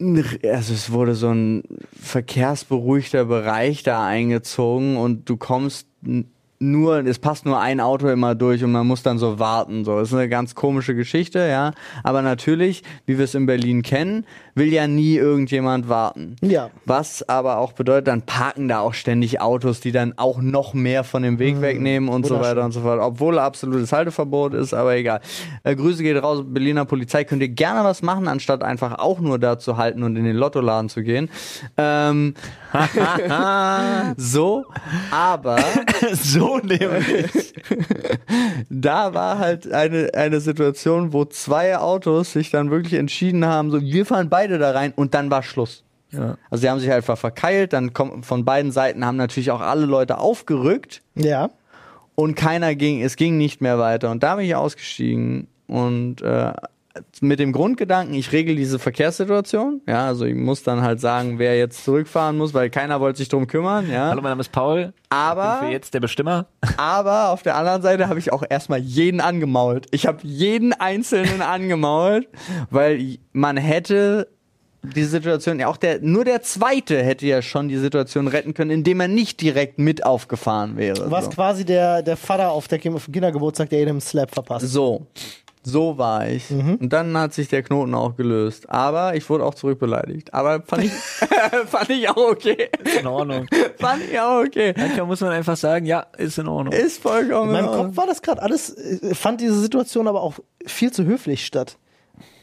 C: n- also es wurde so ein verkehrsberuhigter Bereich da eingezogen und du kommst n- nur, es passt nur ein Auto immer durch und man muss dann so warten. So, das ist eine ganz komische Geschichte, ja. Aber natürlich, wie wir es in Berlin kennen, will ja nie irgendjemand warten.
A: Ja.
C: Was aber auch bedeutet, dann parken da auch ständig Autos, die dann auch noch mehr von dem Weg wegnehmen und so
A: wunderschön.
C: weiter und so fort. Obwohl absolutes Halteverbot ist, aber egal. Äh, Grüße geht raus, Berliner Polizei. Könnt ihr gerne was machen, anstatt einfach auch nur da zu halten und in den Lottoladen zu gehen. Ähm, so, aber
B: so nämlich.
C: da war halt eine, eine Situation, wo zwei Autos sich dann wirklich entschieden haben, so, wir fahren beide da rein und dann war Schluss.
B: Ja.
C: Also sie haben sich einfach verkeilt, dann kommen von beiden Seiten haben natürlich auch alle Leute aufgerückt
A: Ja.
C: und keiner ging, es ging nicht mehr weiter und da bin ich ausgestiegen und äh, mit dem Grundgedanken, ich regel diese Verkehrssituation. Ja, also ich muss dann halt sagen, wer jetzt zurückfahren muss, weil keiner wollte sich drum kümmern. Ja,
B: Hallo, mein Name ist Paul. Ich bin
C: aber
B: für jetzt der Bestimmer.
C: aber auf der anderen Seite habe ich auch erstmal jeden angemault. Ich habe jeden einzelnen angemault, weil man hätte die Situation, ja auch der, nur der zweite hätte ja schon die Situation retten können, indem er nicht direkt mit aufgefahren wäre.
A: Was
C: so.
A: quasi der, der Vater auf der Kim- auf dem Kindergeburtstag, der jedem Slap verpasst.
C: So. So war ich. Und dann hat sich der Knoten auch gelöst. Aber ich wurde auch zurückbeleidigt. Aber fand ich, fand ich auch okay.
B: In Ordnung.
C: Fand ich auch okay.
B: Manchmal muss man einfach sagen, ja, ist in Ordnung.
C: Ist vollkommen.
A: In meinem
C: in Ordnung.
A: Kopf war das gerade alles, äh, fand diese Situation aber auch viel zu höflich statt.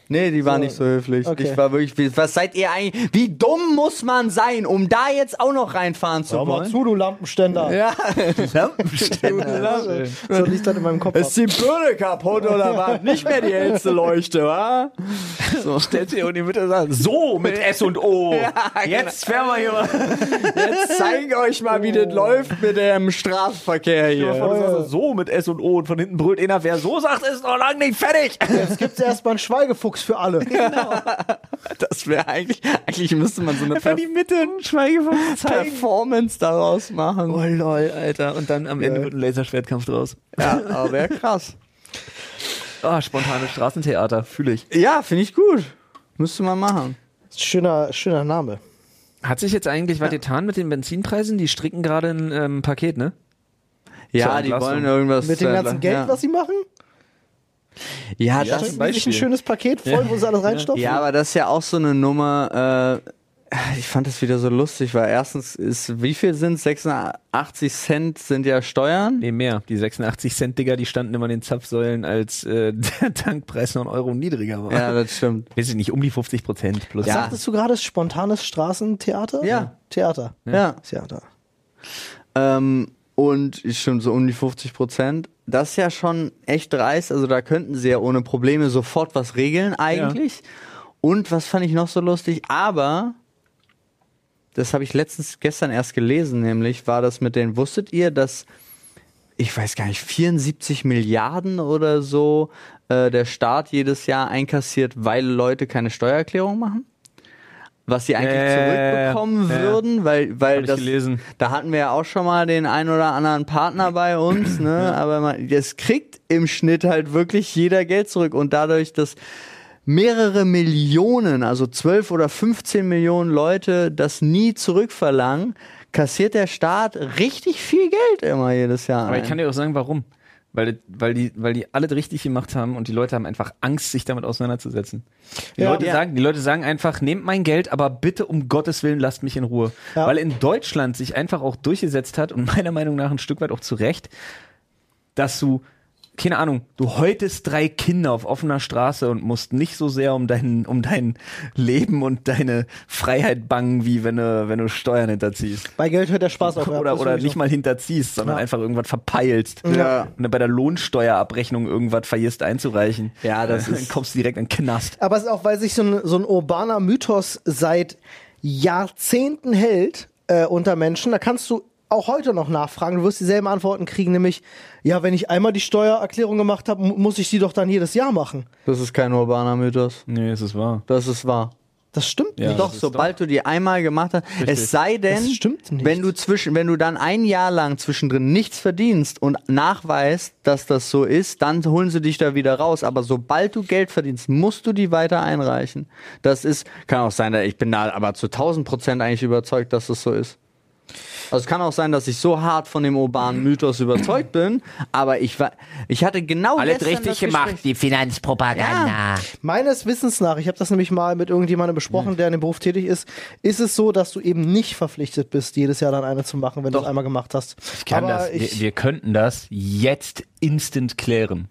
C: Nee, die war
A: So.
C: nicht so höflich.
A: Okay.
C: Ich war wirklich, wie- was seid ihr eigentlich, wie dumm muss man sein, um da jetzt auch noch reinfahren zu wollen?
A: zu, du Lampenständer.
C: Ja,
A: Ja, So liegt das in meinem Kopf. ab.
C: ist die Birne kaputt oder was? Nicht mehr die hellste Leuchte, wa?
B: So. Stellt sich in die Mitte und sagt, so mit S und O. jetzt fähren wir hier mal.
C: Jetzt zeig euch mal, wie das läuft mit dem Straßenverkehr hier.
B: Du sagst also So mit S und O und von hinten brüllt einer, wer so sagt, ist noch lange nicht fertig.
A: Jetzt gibt's erstmal einen Schweigefuchs für alle.
C: Das wäre eigentlich, eigentlich müsste man so eine
B: Einfach in die Mitte und schweige von
C: Performance daraus machen.
B: Oh,
A: Oh,
B: lol, Alter. Und dann am Ende wird ein Laserschwertkampf draus.
C: Ja, aber wäre krass.
B: Ah, spontanes Straßentheater, fühle ich.
C: Ja, finde ich gut. Müsste man machen.
A: Schöner, schöner Name.
B: Hat sich jetzt eigentlich was getan mit den Benzinpreisen? Die stricken gerade ein ähm, Paket, ne?
C: Ja,
B: Zur
C: die
B: Entlastung.
C: wollen irgendwas.
A: Mit dem
C: zur
A: ganzen
C: Entla-
A: Geld,
C: ja.
A: was sie machen,
C: Ja,
B: Ja,
A: Wie
B: zum
C: das
A: sich ein
B: Beispiel.
A: schönes Paket voll, wo sie alles reinstopfen.
C: Ja, aber das ist ja auch so eine Nummer. Äh, ich fand das wieder so lustig, weil erstens ist, wie viel sind 86 Cent sind ja Steuern.
B: Nee, mehr. Die 86 Cent Digger, die standen immer in den Zapfsäulen, als äh, der Tankpreis noch einen Euro niedriger war.
C: Ja, das stimmt.
B: Weiß ich nicht, um die 50 Prozent plus.
C: Ja.
A: Sagtest du gerade es ist spontanes Straßentheater?
C: Ja.
A: Theater.
C: Ja.
A: Theater.
C: Ähm, und stimmt, so um die 50 Prozent. Das ist ja schon echt dreist. Also da könnten sie ja ohne Probleme sofort was regeln eigentlich. Und was fand ich noch so lustig? Aber das habe ich letztens gestern erst gelesen, nämlich war das mit den, wusstet ihr, dass ich weiß gar nicht, 74 Milliarden oder so äh, der Staat jedes Jahr einkassiert, weil Leute keine Steuererklärung machen? Was sie eigentlich
B: Äh,
C: zurückbekommen
B: ja.
C: würden, weil, weil
B: Hab ich
C: das,
B: gelesen.
C: da hatten wir ja auch schon mal den einen oder anderen Partner bei uns, ne? Aber man, das kriegt im Schnitt halt wirklich jeder Geld zurück. Und dadurch, dass mehrere Millionen, also 12 oder 15 Millionen Leute das nie zurückverlangen, kassiert der Staat richtig viel Geld immer jedes Jahr.
B: Aber
C: ein.
B: ich kann dir auch sagen, warum. Weil, weil, die, weil die alle richtig gemacht haben und die Leute haben einfach Angst, sich damit auseinanderzusetzen. Die,
A: Ja.
B: Leute,
A: Ja.
B: Sagen, die Leute sagen einfach, nehmt mein Geld, aber bitte um Gottes Willen lasst mich in Ruhe.
A: Ja.
B: Weil in Deutschland sich einfach auch durchgesetzt hat und meiner Meinung nach ein Stück weit auch zu Recht, dass du, keine Ahnung, du häutest drei Kinder auf offener Straße und musst nicht so sehr um dein, um dein Leben und deine Freiheit bangen, wie wenn du, wenn du Steuern hinterziehst.
A: Bei Geld hört der Spaß auf. ja.
B: Oder,
A: Das
B: oder
A: sowieso.
B: nicht mal hinterziehst, sondern
A: Ja.
B: einfach irgendwas verpeilst.
C: Ja.
B: Und dann bei der Lohnsteuerabrechnung irgendwas vergisst einzureichen.
C: Ja, das
B: Äh,
C: ist-
B: Dann kommst du direkt in den Knast.
A: Aber es ist auch, weil sich so ein, so ein urbaner Mythos seit Jahrzehnten hält äh, unter Menschen, da kannst du auch heute noch nachfragen, du wirst dieselben Antworten kriegen, nämlich, ja, wenn ich einmal die Steuererklärung gemacht habe, mu- muss ich die doch dann jedes Jahr machen.
C: das ist kein urbaner Mythos.
B: Nee, es ist wahr.
C: Das ist wahr.
A: Das stimmt
B: Ja.
A: nicht.
B: das
C: doch,
B: ist
C: sobald du die einmal gemacht hast. Es sei denn,
A: Das stimmt nicht.
C: wenn du zwischen, wenn du dann ein Jahr lang zwischendrin nichts verdienst und nachweist, dass das so ist, dann holen sie dich da wieder raus. Aber sobald du Geld verdienst, musst du die weiter einreichen. Das ist, kann auch sein, ich bin da aber zu 1000 Prozent eigentlich überzeugt, dass das so ist. Also es kann auch sein, dass ich so hart von dem urbanen Mythos überzeugt bin, aber ich war, ich hatte genau
D: Alles
C: gestern das
D: richtig gemacht,
C: Gespräch-
D: die Finanzpropaganda.
A: Meines Wissens nach, ich habe das nämlich mal mit irgendjemandem besprochen,
B: Hm.
A: der in dem Beruf tätig ist, ist es so, dass du eben nicht verpflichtet bist, jedes Jahr dann eine zu machen, wenn du es einmal gemacht hast. Ich
B: Kann
A: Aber
B: das, wir,
A: Ich,
B: wir könnten das jetzt instant klären.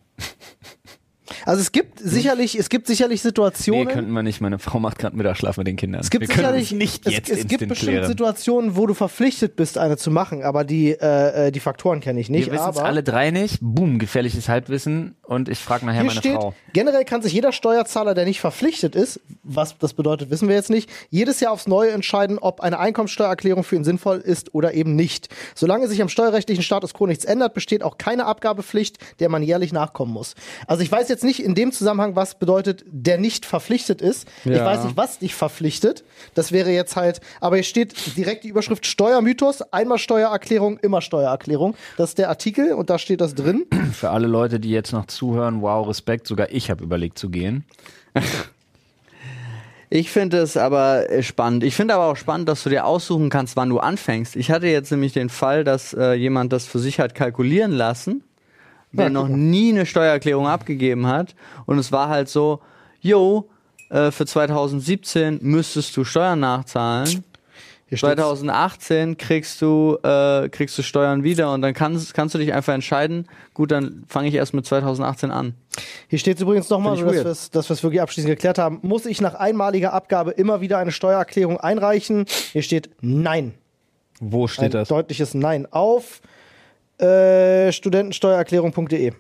A: also es gibt sicherlich, es gibt sicherlich
B: Nee,
A: Situationen.
B: könnten wir nicht. Meine Frau macht gerade Mittagsschlaf mit den Kindern.
A: es gibt
B: wir können
A: sicherlich
B: es nicht
A: es,
B: jetzt
A: es gibt
B: instant
A: bestimmt
B: klären.
A: Situationen, wo du verpflichtet bist, eine zu machen, aber die äh, äh, die Faktoren kenne ich nicht.
B: Wir wissen es
A: aber
B: alle drei nicht. Boom, gefährliches Halbwissen. und ich frage nachher
A: Hier
B: meine
A: steht,
B: Frau.
A: generell kann sich jeder Steuerzahler, der nicht verpflichtet ist, was das bedeutet, wissen wir jetzt nicht, jedes Jahr aufs Neue entscheiden, ob eine Einkommensteuererklärung für ihn sinnvoll ist oder eben nicht. Solange sich am steuerrechtlichen Status quo nichts ändert, besteht auch keine Abgabepflicht, der man jährlich nachkommen muss. Also ich weiß jetzt nicht in dem Zusammenhang, was bedeutet, der nicht verpflichtet ist. Ich
C: Ja.
A: weiß nicht, was dich verpflichtet. Das wäre jetzt halt, aber hier steht direkt die Überschrift Steuermythos, einmal Steuererklärung, immer Steuererklärung. Das ist der Artikel und da steht das drin.
B: Für alle Leute, die jetzt noch zuhören, wow, Respekt, sogar ich habe überlegt zu gehen.
C: Ich finde es aber äh, spannend. Ich finde aber auch spannend, dass du dir aussuchen kannst, wann du anfängst. Ich hatte jetzt nämlich den Fall, dass äh, jemand das für sich hat kalkulieren lassen, der
A: Ja,
C: noch
A: guck
C: nie eine Steuererklärung abgegeben hat. Und es war halt so, jo, äh, für 2017 müsstest du Steuern nachzahlen.
A: Hier steht's.
C: 2018 kriegst du, äh, kriegst du Steuern wieder und dann kannst, kannst du dich einfach entscheiden, gut, dann fange ich erst mit 2018 an.
A: Hier steht übrigens nochmal,
C: Find ich
A: dass
C: weird.
A: wir es dass wir's wirklich abschließend geklärt haben. Muss ich nach einmaliger Abgabe immer wieder eine Steuererklärung einreichen? Hier steht Nein.
B: Wo
A: Ein
B: steht das?
A: deutliches Nein auf äh, studentensteuererklärung.de.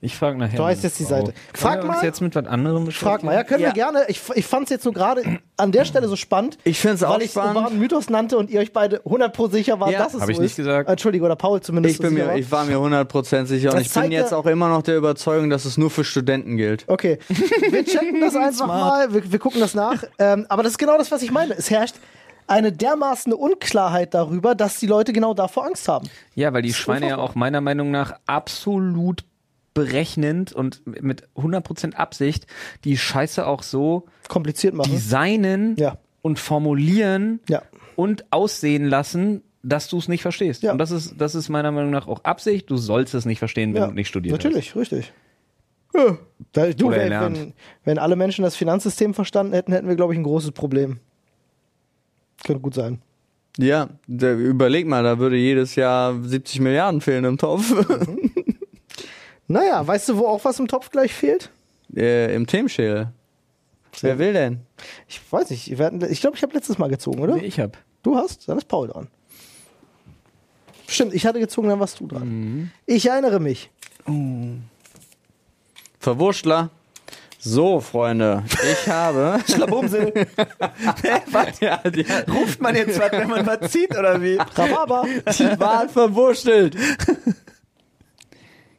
B: Ich frage nachher. Oh.
A: Du
B: meine
A: weißt jetzt die
B: Frau.
A: Seite.
B: Wollen
A: Frag
B: wir
A: mal-
B: Uns jetzt mit was anderem
A: Frag
B: beschäftigen?
A: mal, ja, können
C: Ja.
A: wir gerne. Ich, ich fand es jetzt nur gerade an der Stelle so spannend.
C: Ich find's auch
A: weil ich's
C: spannend.
A: einen wahren Mythos nannte und ihr euch beide 100% sicher wart,
C: Ja.
A: dass es
B: Hab
A: so
B: ich nicht
A: ist.
B: gesagt.
A: Äh, Entschuldige, oder Paul zumindest.
C: Ich, bin
A: so sicher
C: mir,
A: war.
C: ich war mir 100% sicher und
A: Das
C: ich bin
A: zeigt ja-
C: jetzt auch immer noch der Überzeugung, dass es nur für Studenten gilt.
A: Okay, wir checken das einfach mal, wir, wir gucken das nach. Ähm, aber das ist genau das, was ich meine. Es herrscht eine dermaßen Unklarheit darüber, dass die Leute genau davor Angst haben.
B: Ja, weil die Schweine ja
A: unfassbar.
B: auch meiner Meinung nach absolut berechnend und mit 100% Absicht die Scheiße auch so
A: Kompliziert machen.
B: designen
A: Ja.
B: und formulieren
A: Ja.
B: und aussehen lassen, dass du es nicht verstehst.
A: Ja.
B: Und das ist, das ist meiner Meinung nach auch Absicht. Du sollst es nicht verstehen, wenn
A: ja,
B: du nicht studiert
A: Natürlich, richtig. Ja. Da, du,
B: Oder
A: wenn,
B: erlernt.
A: wenn, wenn alle Menschen das Finanzsystem verstanden hätten, hätten wir, glaube ich, ein großes Problem. Könnte gut sein.
C: Ja, da, überleg mal, da würde jedes Jahr 70 Milliarden fehlen im Topf.
A: Naja, weißt du, wo auch was im Topf gleich fehlt?
C: äh, Im Themenschädel. Wer will denn?
A: Ich weiß nicht. wir hatten- Ich glaube, ich habe letztes Mal gezogen, oder?
B: hast. Nee, ich hab.
A: Du hast? Dann ist Paul dran. Stimmt, ich hatte gezogen, dann warst du dran.
B: Mhm.
A: Ich erinnere mich.
C: Verwurschtler. So, Freunde, ich habe.
A: Schlabumsel,
C: ja, die,
B: Ruft man jetzt was, wenn man was zieht oder wie?
A: Rhabarber.
C: die Wahl verwurschtelt.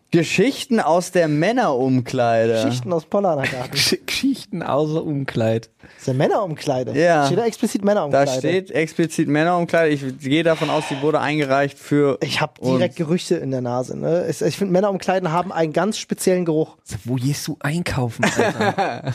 C: Geschichten aus der Männerumkleide.
A: Schichten aus dem Polanergarten.
B: Geschichten außer Umkleid.
A: Das ist ja Männerumkleide.
C: Ja.
A: Steht da explizit Männerumkleide.
C: Da steht explizit Männerumkleide. Ich gehe davon aus, die wurde eingereicht für.
A: Ich habe direkt
C: uns.
A: Gerüchte in der Nase. Ne? Ich, ich finde, Männerumkleiden haben einen ganz speziellen Geruch.
B: Wo gehst du einkaufen? Alter?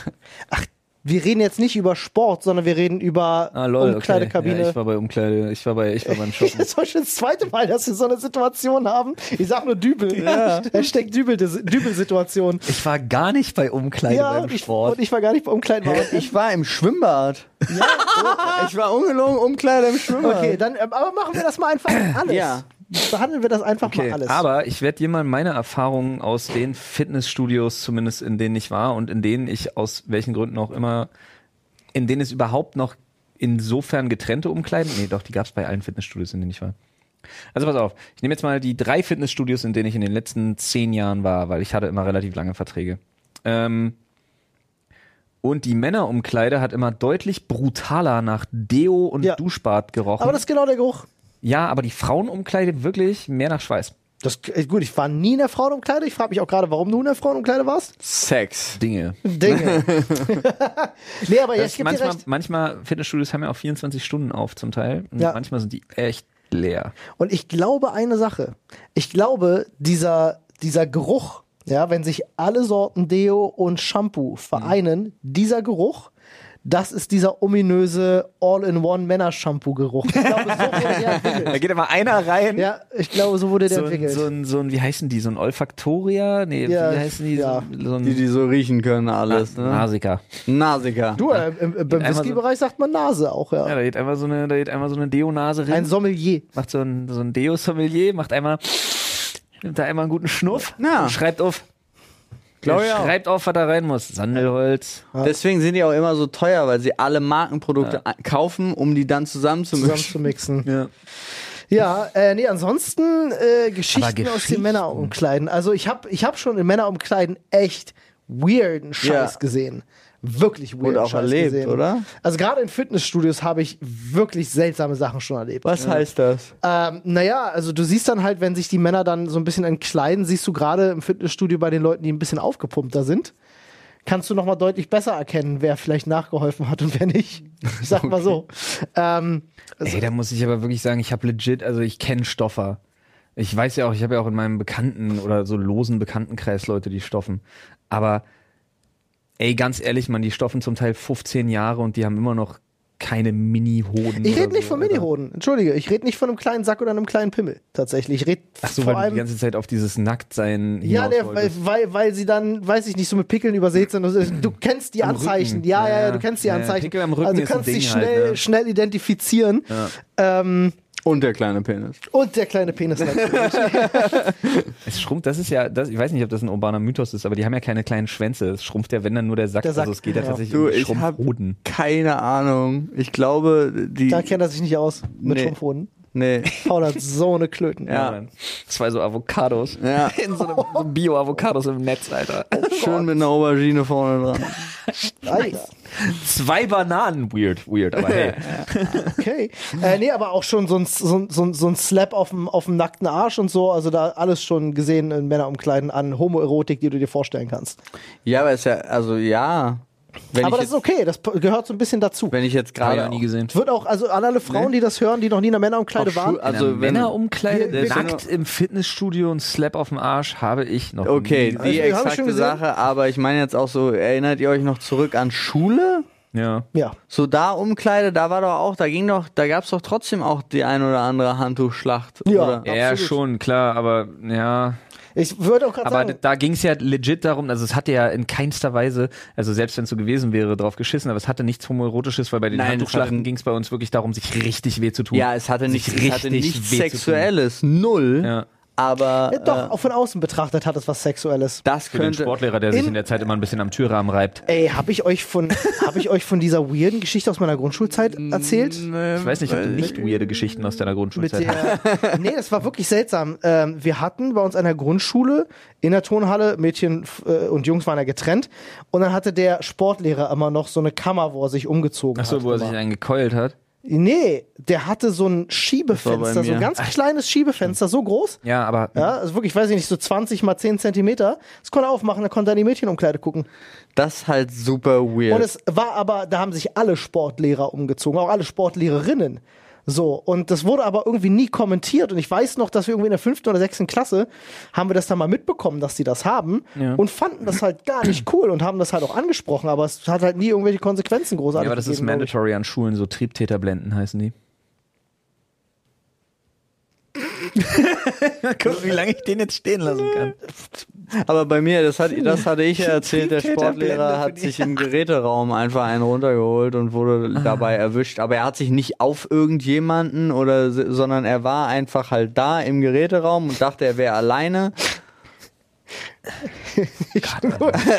A: Wir reden jetzt nicht über Sport, sondern wir reden über
B: ah, lol,
A: Umkleidekabine.
B: Okay. Ja, ich war bei Umkleide, ich war bei, ich war beim
A: Das
B: Shoppen.
A: ist heute schon das zweite Mal, dass wir so eine Situation haben. Ich sag nur Dübel.
C: Ja.
A: Hashtag Dübel- Dübel-Situation.
B: Ich war gar nicht bei Umkleide
A: ja,
B: beim
A: und ich,
B: Sport.
A: und ich war gar nicht bei Umkleiden.
C: Hä? Ich war im Schwimmbad. oh, ich war ungelogen Umkleide im Schwimmbad.
A: Okay, dann ähm, aber machen wir das mal einfach alles.
C: Ja.
A: Behandeln wir das einfach
B: okay,
A: mal alles.
B: aber ich werde dir mal meine Erfahrungen aus den Fitnessstudios, zumindest in denen ich war und in denen ich aus welchen Gründen auch immer, in denen es überhaupt noch insofern getrennte Umkleiden, nee, doch, die gab es bei allen Fitnessstudios, in denen ich war. Also pass auf, ich nehme jetzt mal die drei Fitnessstudios, in denen ich in den letzten zehn Jahren war, weil ich hatte immer relativ lange Verträge. Ähm, und die Männerumkleide hat immer deutlich brutaler nach Deo und
A: Ja.
B: Duschbad gerochen.
A: Aber das ist genau der Geruch.
B: ja, aber die Frauenumkleide wirklich mehr nach Schweiß.
A: Das, äh, gut, ich war nie in der Frauenumkleide. Ich frage mich auch gerade, warum du in der Frauenumkleide warst.
C: Sex.
B: Dinge.
A: Dinge. nee, aber ja, ich gebe dir
B: manchmal,
A: recht.
B: manchmal Fitnessstudios haben ja auch 24 Stunden auf zum Teil. Und
A: Ja.
B: manchmal sind die echt leer.
A: Und ich glaube eine Sache. Ich glaube, dieser, dieser Geruch, ja, wenn sich alle Sorten Deo und Shampoo vereinen, dieser Geruch, das ist dieser ominöse All-in-One-Männer-Shampoo-Geruch. Ich glaube, so wurde der entwickelt.
B: Da geht immer einer rein.
A: Ja, ich glaube, so wurde der
B: So ein,
A: entwickelt.
B: so, ein, so ein, wie heißen die? So ein Olfaktoria? Nee,
A: Ja,
B: wie heißen die?
A: ja.
B: So, ein- so ein Ah,
C: Die, die so riechen können, alles. Ne?
B: Nasica.
C: Nasiker.
A: Du, äh, im, im, beim
B: Einmal so-
A: Whisky-Bereich sagt man Nase auch, ja.
B: Ja, da geht einmal so eine, da geht einmal so eine Deo-Nase rein.
A: Ein Sommelier.
B: macht so ein, so ein Deo-Sommelier, macht einmal, nimmt da einmal einen guten Schnuff
C: Ja.
B: und schreibt auf.
C: Glaub ich auch.
B: schreibt auf, was da rein muss. Sandelholz.
C: Deswegen sind die auch immer so teuer, weil sie alle Markenprodukte a- kaufen, um die dann zusammenzumischen.
A: Zusammen zu mixen.
B: Ja.
A: Ja, äh, nee, ansonsten äh, Geschichten, aus
B: Geschichten.
A: den Männerumkleiden. Also ich habe ich hab schon in Männerumkleiden echt weirden Scheiß
C: Ja.
A: gesehen. Wirklich weirden
C: auch
A: Scheiß
C: erlebt,
A: gesehen.
C: oder?
A: Also gerade in Fitnessstudios habe ich wirklich seltsame Sachen schon erlebt.
C: Was heißt das?
A: Ähm, naja, also du siehst dann halt, wenn sich die Männer dann so ein bisschen entkleiden, siehst du gerade im Fitnessstudio bei den Leuten, die ein bisschen aufgepumpter sind, kannst du nochmal deutlich besser erkennen, wer vielleicht nachgeholfen hat und wer nicht. Ich sag mal so. Ähm,
B: Ey, da muss ich aber wirklich sagen, ich habe legit, also ich kenne Stoffer. Ich weiß ja auch, ich habe ja auch in meinem Bekannten oder so losen Bekanntenkreis Leute, die stoffen. Aber ey, ganz ehrlich, man, die stoffen zum Teil 15 Jahre und die haben immer noch keine Mini-Hoden.
A: ich
B: oder
A: rede nicht
B: so,
A: von
B: Alter.
A: Minihoden, entschuldige. Ich rede nicht von einem kleinen Sack oder einem kleinen Pimmel, tatsächlich. Ich rede
B: Ach so,
A: vor
B: weil du die
A: allem...
B: ganze Zeit auf dieses Nacktsein
A: Ja,
B: hinaus
A: der, weil,
B: wolltest.
A: weil, weil sie dann, weiß ich nicht, so mit Pickeln übersät sind. Also, Du kennst die
B: Am
A: Anzeichen.
B: Rücken.
A: Ja, ja,
B: Ja,
A: ja, du kennst die
B: ja,
A: Anzeichen.
B: Pickel am Rücken
A: also du
B: ist ein
A: kannst
B: Ding
A: dich
B: halt,
A: schnell,
B: ne?
A: schnell identifizieren. Ähm,
C: Und der kleine Penis.
A: Und der kleine Penis natürlich.
B: Es schrumpft, das ist ja, das, ich weiß nicht, ob das ein urbaner Mythos ist, aber die haben ja keine kleinen Schwänze. Es schrumpft ja, wenn dann nur der Sack.
A: Der Sack,
B: also es geht ja,
A: ja.
B: tatsächlich
C: Du,
B: um
C: ich habe
B: Schrumpfhoden.
C: keine Ahnung. Ich glaube, die.
A: da kennt er sich nicht aus mit
C: Nee.
A: Schrumpfhoden.
C: nee.
A: Paul hat so eine Klöten.
C: Ja.
B: Zwei so Avocados.
C: Ja.
B: In so einem so Bio-Avocados im Netz, Alter.
C: Schön mit einer Aubergine vorne dran.
A: Alter.
B: Zwei Bananen. Weird, weird, aber hey.
A: Okay. Äh, nee, aber auch schon so ein, so ein, so ein, so ein Slap auf dem, auf dem nackten Arsch und so. Also da alles schon gesehen in Männerumkleiden an Homoerotik, die du dir vorstellen kannst.
C: Ja, aber ist ja, also ja. Wenn
A: aber
C: ich
A: das ist
C: jetzt,
A: okay, das p- gehört so ein bisschen dazu.
C: wenn ich jetzt
B: Hab ich
C: gerade.
B: noch nie gesehen.
A: Wird auch, also an alle Frauen, die das hören, die noch nie in einer Männerumkleide
C: Auf
A: waren,
C: Schul- also wenn,
B: um- Männerumkleide,
A: Wir- wir-
B: nackt im Fitnessstudio und Slap auf dem Arsch habe Also, ich noch
C: Okay,
B: nie.
A: hab ich
C: die
A: schon
C: exakte
A: gesehen.
C: Sache, aber ich meine jetzt auch so, erinnert ihr euch noch zurück an Schule?
B: Ja.
A: ja.
C: So da Umkleide, da war doch auch, da ging doch, da gab's doch trotzdem auch die ein oder andere Handtuchschlacht.
A: Ja.
C: Oder?
B: Ja, schon, klar, aber ja.
A: Ich würde auch gerade
B: Aber
A: sagen,
B: da ging es ja legit darum, also es hatte ja in keinster Weise, also selbst wenn es so gewesen wäre, drauf geschissen, aber es hatte nichts Homoerotisches, weil bei den
C: Nein, es
B: Handtuchschlachten
C: hatte-
B: ging es bei uns wirklich darum, sich richtig weh zu tun.
C: ja es hatte nicht,
B: Sich
C: es hatte nichts
B: weh zu tun.
C: Sexuelles, null.
B: Ja.
C: Aber
A: ja, doch,
C: äh,
A: auch von außen betrachtet hat es was Sexuelles.
C: das
B: Für den
C: könnte.
B: Sportlehrer, der sich
A: In-
B: in der Zeit immer ein bisschen am Türrahmen reibt.
A: Ey, hab ich euch von, hab ich euch von dieser weirden Geschichte aus meiner Grundschulzeit erzählt?
B: Ich weiß nicht, ob du nicht weirde Geschichten aus deiner
A: mit
B: Grundschulzeit hast.
A: der. nee, das war wirklich seltsam. Ähm, wir hatten bei uns an der Grundschule in der Turnhalle, Mädchen f- äh, und Jungs waren ja getrennt. Und dann hatte der Sportlehrer immer noch so eine Kammer, wo er sich umgezogen
B: Achso,
A: hat.
B: wo er sich
A: immer.
B: einen gekeult hat.
A: nee, der hatte so ein
C: Das war
A: Schiebefenster,
C: bei
A: so ein
C: mir.
A: ganz kleines Schiebefenster, so groß.
B: Ja, aber
A: Ja, also wirklich, weiß ich nicht, so 20 mal 10 Zentimeter. Das konnte er aufmachen, da konnte er in die Mädchenumkleide gucken.
C: Das ist halt super weird.
A: Und es war aber, da haben sich alle Sportlehrer umgezogen, auch alle Sportlehrerinnen. So, und das wurde aber irgendwie nie kommentiert. Und ich weiß noch, dass wir irgendwie in der fünften oder sechsten Klasse haben wir das dann mal mitbekommen, dass die das haben
B: Ja.
A: und fanden das halt gar nicht cool und haben das halt auch angesprochen, aber es hat halt nie irgendwelche Konsequenzen großartig.
B: Ja, aber das ist
A: gegeben, glaub ich.
B: mandatory an Schulen, so Triebtäterblenden heißen die. Mal gucken, wie lange ich den jetzt stehen lassen kann.
C: Aber bei mir, das, hat, das hatte ich ja erzählt, der
B: Triebtäter
C: Sportlehrer
B: blendet
C: hat
B: für
C: sich im Geräteraum einfach einen runtergeholt und
A: Ah.
C: wurde dabei erwischt. Aber er hat sich nicht auf irgendjemanden oder, s- sondern er war einfach halt da im Geräteraum und dachte, er wäre alleine.
A: Ich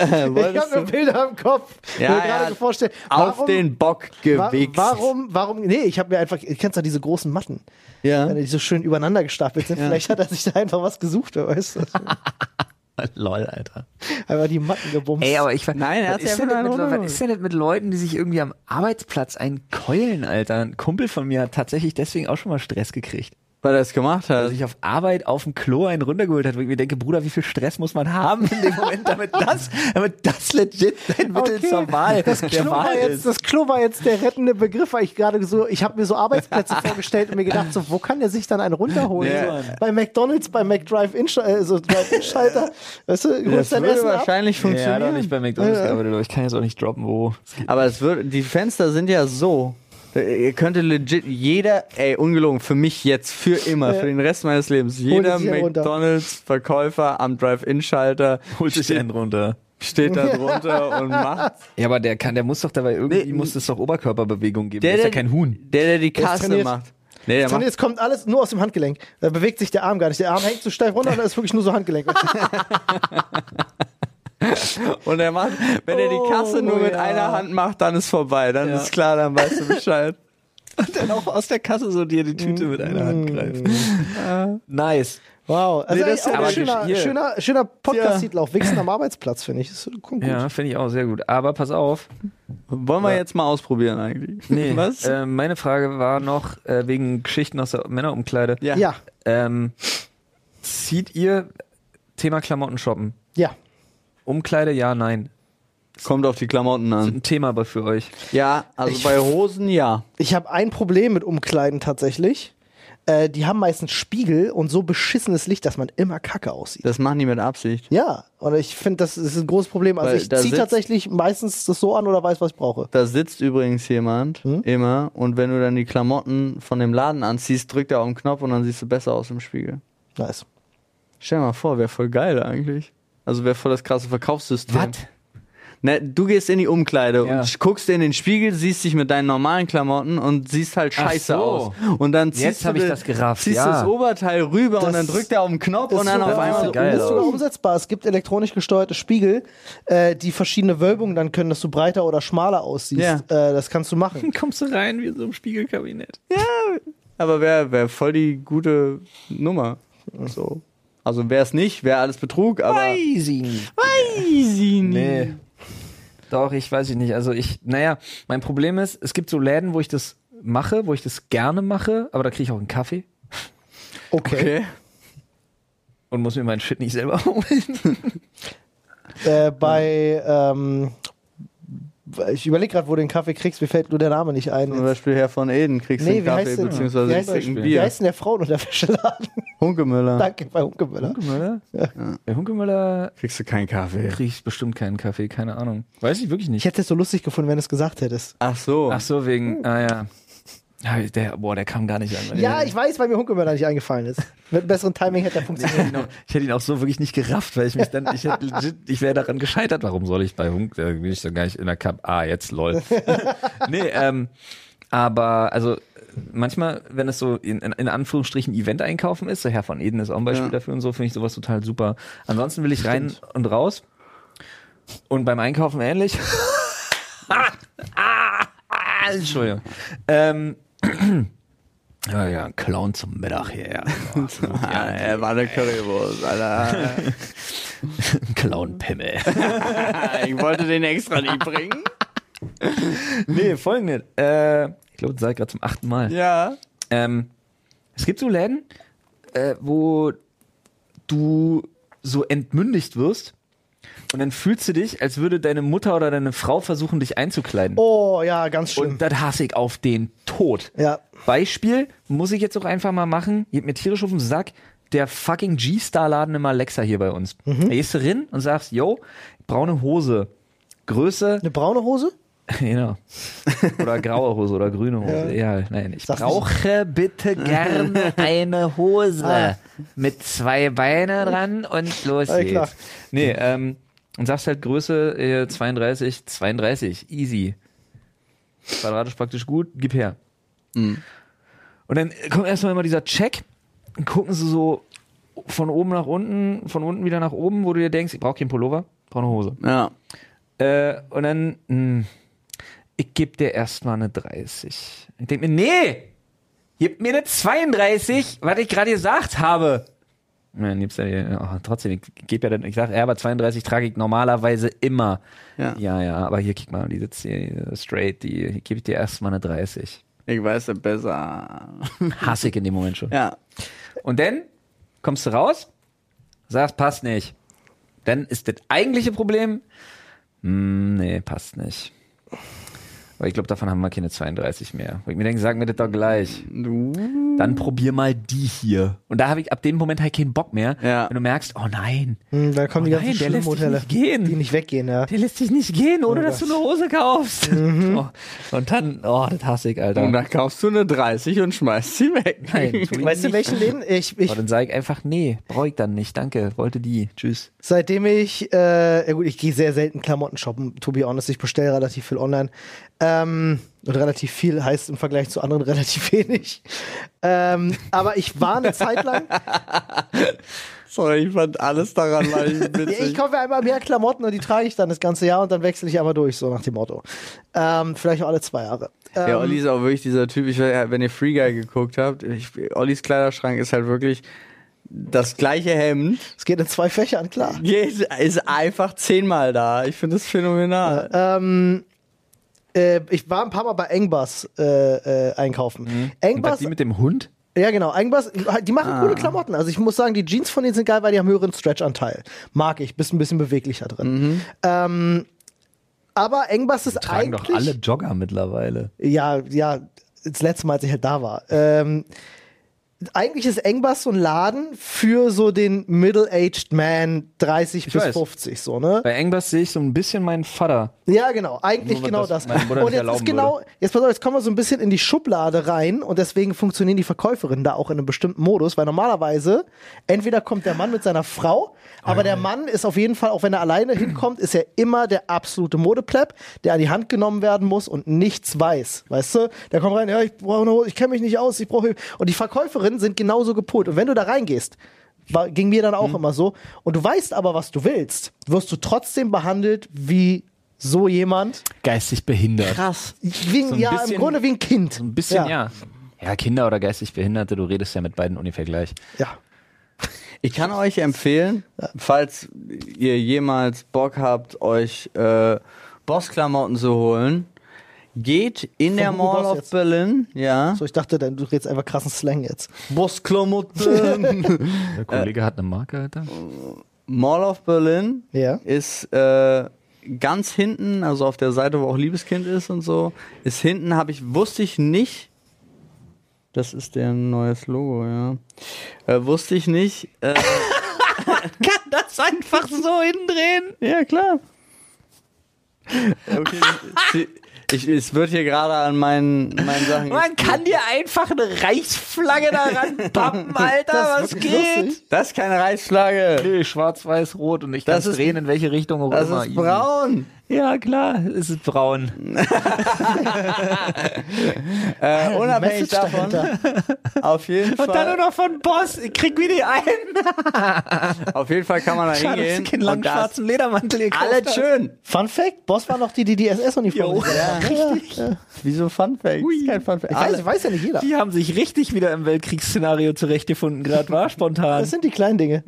A: habe nur Bilder im Kopf,
C: Ja,
A: mir gerade
C: ja.
A: so vorstellen.
C: Auf den Bock
A: wa-
C: gewichst.
A: Warum, warum, nee, ich habe mir einfach, ihr kennt ja diese großen Matten,
C: Ja.
A: wenn die so schön übereinander gestapelt sind. Vielleicht hat er sich da einfach was gesucht, wer weiß.
B: Lol, Alter.
A: Einfach die Matten gebumst.
B: Ey, aber ich
C: Nein, er hat
B: was
C: sich
B: ist
C: einfach
B: denn
C: nur
B: mit,
C: einen
B: was ist denn mit Leuten, die sich irgendwie am Arbeitsplatz einkeulen, Alter? Ein Kumpel von mir hat tatsächlich deswegen auch schon mal Stress gekriegt.
C: Weil er es gemacht
B: Weil er
C: hat.
B: Also, sich auf Arbeit auf dem Klo einen runtergeholt hat, wo ich mir denke, Bruder, wie viel Stress muss man haben in dem Moment, damit das, damit das legit dein Mittel
A: Okay.
B: zur Wahl, der
A: Klo war
B: Wahl
A: jetzt,
B: ist.
A: das Klo war jetzt der rettende Begriff, weil ich gerade so, ich habe mir so Arbeitsplätze vorgestellt und mir gedacht, so, wo kann der sich dann einen runterholen?
C: Ja.
A: So, bei McDonalds, bei McDrive-In-Schalter, äh, so Drive-In-Schalter, weißt du,
C: Das
A: holst dein
C: würde
A: Essen ab.
C: wahrscheinlich
B: Ja,
C: funktionieren.
B: doch nicht bei McDonalds gearbeitet, aber ich kann jetzt auch nicht droppen, wo.
C: Aber es wird, die Fenster sind ja so. Ihr könnte legit jeder, ey, ungelogen, für mich jetzt für immer, für den Rest meines Lebens, jeder
A: sich hier runter.
C: McDonalds-Verkäufer am Drive-In-Schalter
B: Holt sich einen runter.
C: steht da drunter und macht.
B: Ja, aber der kann, der muss doch dabei irgendwie, muss es doch Oberkörperbewegung geben. Der, ist ja kein Huhn.
C: Der, der die
A: ist
C: Kasse
A: trainiert.
C: macht. Nee, der
A: Und
C: macht.
A: jetzt kommt alles nur aus dem Handgelenk. Da bewegt sich der Arm gar nicht. Der Arm hängt so steif runter und da ist wirklich nur so Handgelenk.
C: Und er macht, wenn er die Kasse nur mit
A: ja.
C: einer Hand macht, dann ist vorbei. Dann
B: Oh, Ja.
C: ist klar, dann weißt du Bescheid.
B: Und dann auch aus der Kasse so dir die Tüte mit einer
C: Mm.
B: Hand greift.
A: Mhm.
B: nice.
A: Wow. Also
C: Nee,
A: eigentlich
C: das ist
A: auch
B: aber
A: ein schöner,
B: hier.
A: schöner, schöner Podcast-Titlauf. Wichsen am Arbeitsplatz, finde ich. Das kommt gut.
B: Ja, finde ich auch sehr gut. Aber pass auf.
C: Wollen wir jetzt mal ausprobieren eigentlich? Was?
B: Äh, meine Frage war noch äh, wegen Geschichten aus der Männerumkleide.
A: Ja. ja,
B: Ähm, zieht ihr Thema Klamotten shoppen?
A: ja.
B: Umkleide, ja, nein.
C: Kommt auf die Klamotten an.
B: Ein Thema aber für euch.
C: Ja, also bei Hosen ja.
A: Ich habe ein Problem mit Umkleiden tatsächlich. Äh, die haben meistens Spiegel und so beschissenes Licht, dass man immer kacke aussieht.
C: Das machen die mit Absicht.
A: Ja, und ich finde, das ist ein großes Problem. Also
C: Weil
A: ich
C: da
A: ziehe
C: sitzt-
A: tatsächlich meistens das so an oder weiß, was ich brauche.
C: Da sitzt übrigens jemand immer und wenn du dann die Klamotten von dem Laden anziehst, drückt er auf den Knopf und dann siehst du besser aus im Spiegel.
A: Nice.
C: Stell dir mal vor, wäre voll geil eigentlich. Also wäre voll das krasse Verkaufssystem. Ne, du gehst in die Umkleide
B: Ja.
C: und sch- guckst in den Spiegel, siehst dich mit deinen normalen Klamotten und siehst halt
B: Ach
C: scheiße
B: so.
C: aus. Und dann ziehst
B: Jetzt
C: du
B: hab ich
C: de-
B: das gerafft,
C: Ziehst
B: ja.
C: das Oberteil rüber und
A: Das-
C: dann drückt er auf den Knopf und dann
A: so-
C: auf
A: das
C: einmal
A: ist
C: so
B: geil
A: das ist
B: aus.
A: sogar umsetzbar. Es gibt elektronisch gesteuerte Spiegel, äh, die verschiedene Wölbungen dann können, dass du breiter oder schmaler aussiehst.
C: Ja.
A: Äh, das kannst du machen.
B: Kommst du rein wie in so einem Spiegelkabinett?
C: Aber wäre wär voll die gute Nummer. So. Also wäre es nicht, wäre alles Betrug, aber.
B: Easy.
C: Easy.
B: Nee. Doch, ich weiß ich nicht. Also ich, naja, mein Problem ist, es gibt so Läden, wo ich das mache, wo ich das gerne mache, aber da kriege ich auch einen Kaffee
A: Okay.
C: Okay.
B: und muss mir meinen Shit nicht selber holen.
A: Äh, bei, ähm, ich überlege gerade, wo du den Kaffee kriegst, mir fällt nur der Name nicht ein.
C: Zum Beispiel Herr von Eden kriegst du
A: Nee,
C: einen
A: wie
C: Kaffee
A: heißt denn-
C: beziehungsweise
A: wie
C: einen
A: heißt
C: Dicken
B: denn-
A: Wie
C: Bier.
A: heißt denn der Frauenunterwäscheladen?
C: Hunkemöller.
A: Danke, bei Hunkemöller.
B: Hunkemöller? Der Hunkemöller
C: Kriegst du keinen Kaffee.
B: kriege ich bestimmt keinen Kaffee, keine Ahnung. Weiß ich wirklich
A: Ich
B: nicht.
A: hätte es so lustig gefunden, wenn du es gesagt hättest.
C: Ach so.
B: Ach so, wegen, ah ja. Ah, Der, boah, der kam gar nicht an.
A: Ja, ich weiß, weil mir Hunkemöller nicht eingefallen ist. Mit besserem Timing hätte er
B: Ich hätte,
A: funktioniert.
B: ihn auch, ich hätte ihn auch so wirklich nicht gerafft, weil ich mich dann, ich, hätte legit, ich wäre daran gescheitert, warum soll ich bei Hunk, da bin ich doch gar nicht in der Cup, ah, jetzt lol. nee, ähm, aber also äh, manchmal, wenn es so in, in, in Anführungsstrichen Event einkaufen ist, so Herr von Eden ist auch ein Beispiel
C: Ja.
B: dafür und so, finde ich sowas total super. Ansonsten will ich rein und raus und beim Einkaufen ähnlich. Ah, Entschuldigung. Ähm, ja, ja, ein Clown zum Mittag hier. Ja.
C: Ah, er war eine Currywurst, Alter.
B: Ein Clown-Pimmel.
C: ich wollte den extra nicht bringen.
B: Nee, folgendes. Äh, ich glaube, das sage ich gerade zum achten Mal.
C: Ja.
B: Ähm, es gibt so Läden, äh, wo du so entmündigt wirst und dann fühlst du dich, als würde deine Mutter oder deine Frau versuchen, dich einzukleiden.
A: Oh, ja, ganz schlimm.
B: Und das hasse ich auf den Tod.
A: Ja.
B: Beispiel muss ich jetzt auch einfach mal machen, geht mir tierisch auf den Sack, der fucking G-Star-Laden im Alexa hier bei uns.
A: Mhm.
B: Da gehst du rein und sagst, yo, braune Hose, Größe
A: Eine braune Hose?
B: Genau. Oder graue Hose oder grüne Hose. Ja, nein, ich
A: Sag
B: brauche bitte gerne eine Hose
A: Ah.
B: mit zwei Beinen dran und los
A: Ja,
B: geht's.
A: klar.
B: Nee, ähm, und sagst halt Größe äh, 32, 32, easy. Quadratisch praktisch gut, gib her.
A: Mhm.
B: Und dann kommt erstmal immer dieser Check, und gucken sie so von oben nach unten, von unten wieder nach oben, wo du dir denkst, ich brauche keinen Pullover, brauche eine Hose.
C: Ja.
B: Äh, und dann, mh, ich gebe dir erstmal eine 30. Ich denke mir, nee, gib mir eine 32, was ich gerade gesagt habe. Und dann gibt's ja, die- oh, trotzdem, ich gebe ja dann, ich sage, ja, aber 32 trage ich normalerweise immer.
C: Ja.
B: ja, aber hier, kick mal, die sitzt hier äh, straight, die, hier gebe ich dir erstmal eine 30.
C: Ich weiß es besser.
B: Hasse ich in dem Moment schon.
C: Ja.
B: Und dann kommst du raus, sagst, passt nicht. Dann ist das eigentliche Problem, hm, nee, passt nicht. Aber ich glaube, davon haben wir keine 32 mehr. Wo ich mir denke, sag mir das doch gleich. Dann probier mal die hier. Und da habe ich ab dem Moment halt keinen Bock mehr.
C: Ja.
B: Wenn du merkst, oh nein,
A: Hm, da kommen
B: Oh
A: die ganzen
B: nein, der lässt dich
A: Schlimmhotelle,
B: nicht gehen.
A: die nicht weggehen, ja.
B: der lässt dich nicht gehen, ohne
A: Oh
B: dass du
A: Gott.
B: eine Hose kaufst. Oh. Und dann, oh, das hasse ich, Alter.
C: Mhm. Und dann kaufst du eine 30 und schmeißt sie weg.
B: Nein, tu ich
A: Weißt du,
B: nicht.
A: welchen Läden? Ich, ich,
B: Aber Oh, dann sage ich einfach, nee, brauche ich dann nicht, danke, wollte die, tschüss.
A: Seitdem ich, äh, ja gut, ich gehe sehr selten Klamotten shoppen, to be honest, ich bestelle relativ viel online. Ähm, und relativ viel heißt im Vergleich zu anderen relativ wenig. Ähm, aber ich war eine Zeit lang,
C: Sorry, ich fand alles daran war ich
A: Ja, ich
C: witzig.
A: kaufe mir einmal mehr Klamotten und die trage ich dann das ganze Jahr und dann wechsle ich einmal durch, so nach dem Motto. Ähm, vielleicht auch alle zwei Jahre. Ähm,
C: Ja, Olli ist auch wirklich dieser Typ, ich, weiß, wenn ihr Free Guy geguckt habt, ich, Ollis Kleiderschrank ist halt wirklich das gleiche Hemd,
A: es geht in zwei Fächern, klar.
C: geht, ist einfach zehnmal da. Ich finde das phänomenal.
A: Ähm, äh, ich war ein paar Mal bei Engbars äh, äh, einkaufen.
B: Und was
A: Engbars,
B: die mit dem Hund?
A: ja genau, Engbars, die machen
B: Ah.
A: coole Klamotten. Also ich muss sagen, die Jeans von denen sind geil, weil die haben höheren Stretchanteil. Mag ich, bist ein bisschen beweglicher drin. Ähm, aber Engbars ist
B: Mhm. Tragen
A: eigentlich...
B: doch alle Jogger mittlerweile.
A: Ja, ja, das letzte Mal, als ich halt da war. Ähm, eigentlich ist Engbass so ein Laden für so den Middle-aged Man 30 bis
B: weiß.
A: 50, so, ne?
B: Bei Engbass sehe ich so ein bisschen meinen Vater.
A: Ja, genau, eigentlich
B: Nur,
A: genau das.
B: dass meine Mutter
A: Und
B: nicht
A: jetzt ist
B: erlauben
A: genau, jetzt pass auf, jetzt kommen wir so ein bisschen in die Schublade rein und deswegen funktionieren die Verkäuferinnen da auch in einem bestimmten Modus, weil normalerweise entweder kommt der Mann mit seiner Frau, aber der Mann ist auf jeden Fall, auch wenn er alleine hinkommt, ist er immer der absolute Modeplepp, der an die Hand genommen werden muss und nichts weiß, weißt du? Der kommt rein, ja, ich brauche eine Hose, ich kenne mich nicht aus, ich brauche Hilfe. Und die Verkäuferinnen sind genauso gepolt und wenn du da reingehst, war, ging mir dann auch immer so. Und du weißt aber, was du willst, wirst du trotzdem behandelt wie so jemand.
B: Geistig behindert.
C: Krass.
A: Wie, ein-
B: So ein
A: ja, im
B: bisschen-
A: Grunde wie ein Kind.
B: Ein bisschen, ja. ja. Kinder oder geistig Behinderte, du redest ja mit beiden ungefähr gleich.
A: Ja.
C: Ich kann euch empfehlen, falls ihr jemals Bock habt, euch äh, Boss-Klamotten zu holen, geht in der
A: Hugo
C: Mall
A: Boss
C: of
A: jetzt.
C: Berlin, ja,
A: So, ich dachte, dann, du redest einfach krassen Slang jetzt.
C: Boss-Klamotten,
B: Der Kollege hat eine Marke, Alter.
C: Mall of Berlin
A: Ja.
C: ist äh, ganz hinten, also auf der Seite, wo auch Liebeskind ist und so, ist hinten, habe ich, wusste ich nicht, das ist deren neues Logo, ja, äh, wusste ich nicht, äh,
B: Kann das einfach so hindrehen?
C: Ja, klar. Okay, sie, ich, es wird hier gerade an meinen, meinen Sachen.
B: kann dir einfach eine Reichsflagge daran pappen, Alter,
A: Das ist wirklich lustig.
C: das ist keine Reißflagge.
B: Nee, schwarz, weiß, rot und ich kann
C: Das
B: es
C: ist-
B: drehen, in welche Richtung auch
C: Das
B: immer.
C: ist
B: Easy.
C: braun.
B: Ja, klar, es ist braun.
C: Äh,
A: Message
C: unabhängig davon. Auf jeden, Fall,
B: noch von Boss, ich krieg wie die einen.
C: auf jeden Fall kann man da hingehen. und da ist
B: Ledermantel gekauft
C: alles schön.
A: Fun Fact: Boss war noch die, die die SS-Uniform
B: Jo.
A: ja. Richtig. Ja.
C: Wieso Fun Fact?
B: Ui.
C: Kein Fun Fact.
A: Ich
C: Alle-
A: weiß, weiß ja nicht jeder.
B: Die haben sich richtig wieder im Weltkriegsszenario zurechtgefunden, gerade war
A: Das
B: spontan.
A: sind die kleinen Dinge.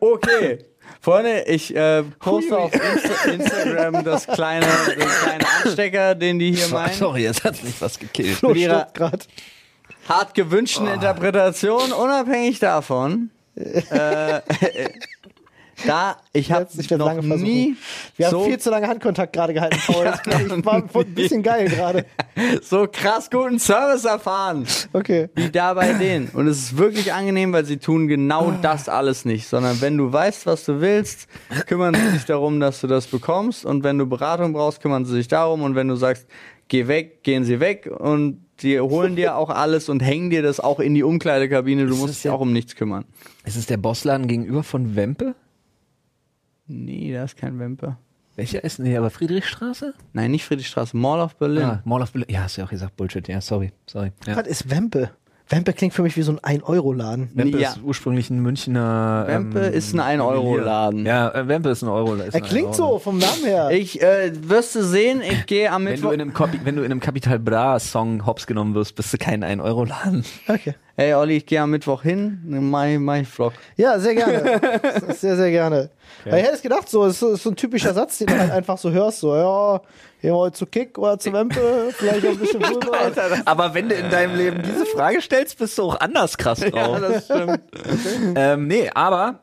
C: Okay. Freunde, ich äh, poste auf Insta Instagram das kleine, den kleinen Anstecker, den die hier meinen.
B: Sorry, jetzt hat mich was gekillt.
A: Flo
C: ihrer-
A: stirbt grad.
C: hart gewünschten Interpretation, unabhängig davon. äh, da, ich habe
A: Jetzt, ich werd
C: noch
A: lange versuchen.
C: nie
A: Wir haben
C: so,
A: viel zu lange Handkontakt gerade gehalten, Paul.
C: Ja,
A: ich war ein bisschen geil gerade.
C: so krass guten Service erfahren
A: Okay.
C: wie da bei denen. Und es ist wirklich angenehm, weil sie tun genau das alles nicht, sondern wenn du weißt, was du willst, kümmern sie sich darum, dass du das bekommst. Und wenn du Beratung brauchst, kümmern sie sich darum. Und wenn du sagst, geh weg, gehen sie weg und die holen dir auch alles und hängen dir das auch in die Umkleidekabine. Du musst
B: ist
C: dich
B: ja-
C: auch um nichts kümmern.
B: Ist es der Bossladen gegenüber von Wempe?
C: Nee, da ist kein Wempe.
B: Welcher ist denn hier? Aber Friedrichstraße?
C: Nein, nicht Friedrichstraße, Mall of Berlin.
B: Ah, Mall of Bel Ja, hast du ja auch gesagt, Bullshit. Ja, sorry, sorry. Ja.
A: Was ist Wempe? Wempe klingt für mich wie so ein 1-Euro-Laden.
B: Wempe
C: Ja.
B: ist ursprünglich ein Münchner.
C: Wempe ist ein 1-Euro-Laden.
B: ähm, Ja, äh, Wempe ist ein Euro.
A: Er
B: Ist ein
A: klingt so vom Namen her.
C: Ich äh, wirst du sehen, ich gehe
B: Wenn
C: am
B: du,
C: Mittwoch.
B: in einem Kopi- wenn du in einem Capital Bra Song hops genommen wirst, bist du kein 1-Euro-Laden.
A: Okay.
C: Hey Olli, ich gehe am Mittwoch hin, mein, mein Vlog.
A: Ja, sehr gerne. Das ist sehr, sehr gerne. Weil ich hätte es gedacht, so ist, so- ist so ein typischer Satz, den du halt einfach so hörst, so, ja, gehen wir heute zu Kick oder zu Wempe, vielleicht auch ein bisschen Pulver.
B: Aber wenn du in deinem Leben diese Frage stellst, bist du auch anders krass drauf.
C: das stimmt.
B: ähm, nee, aber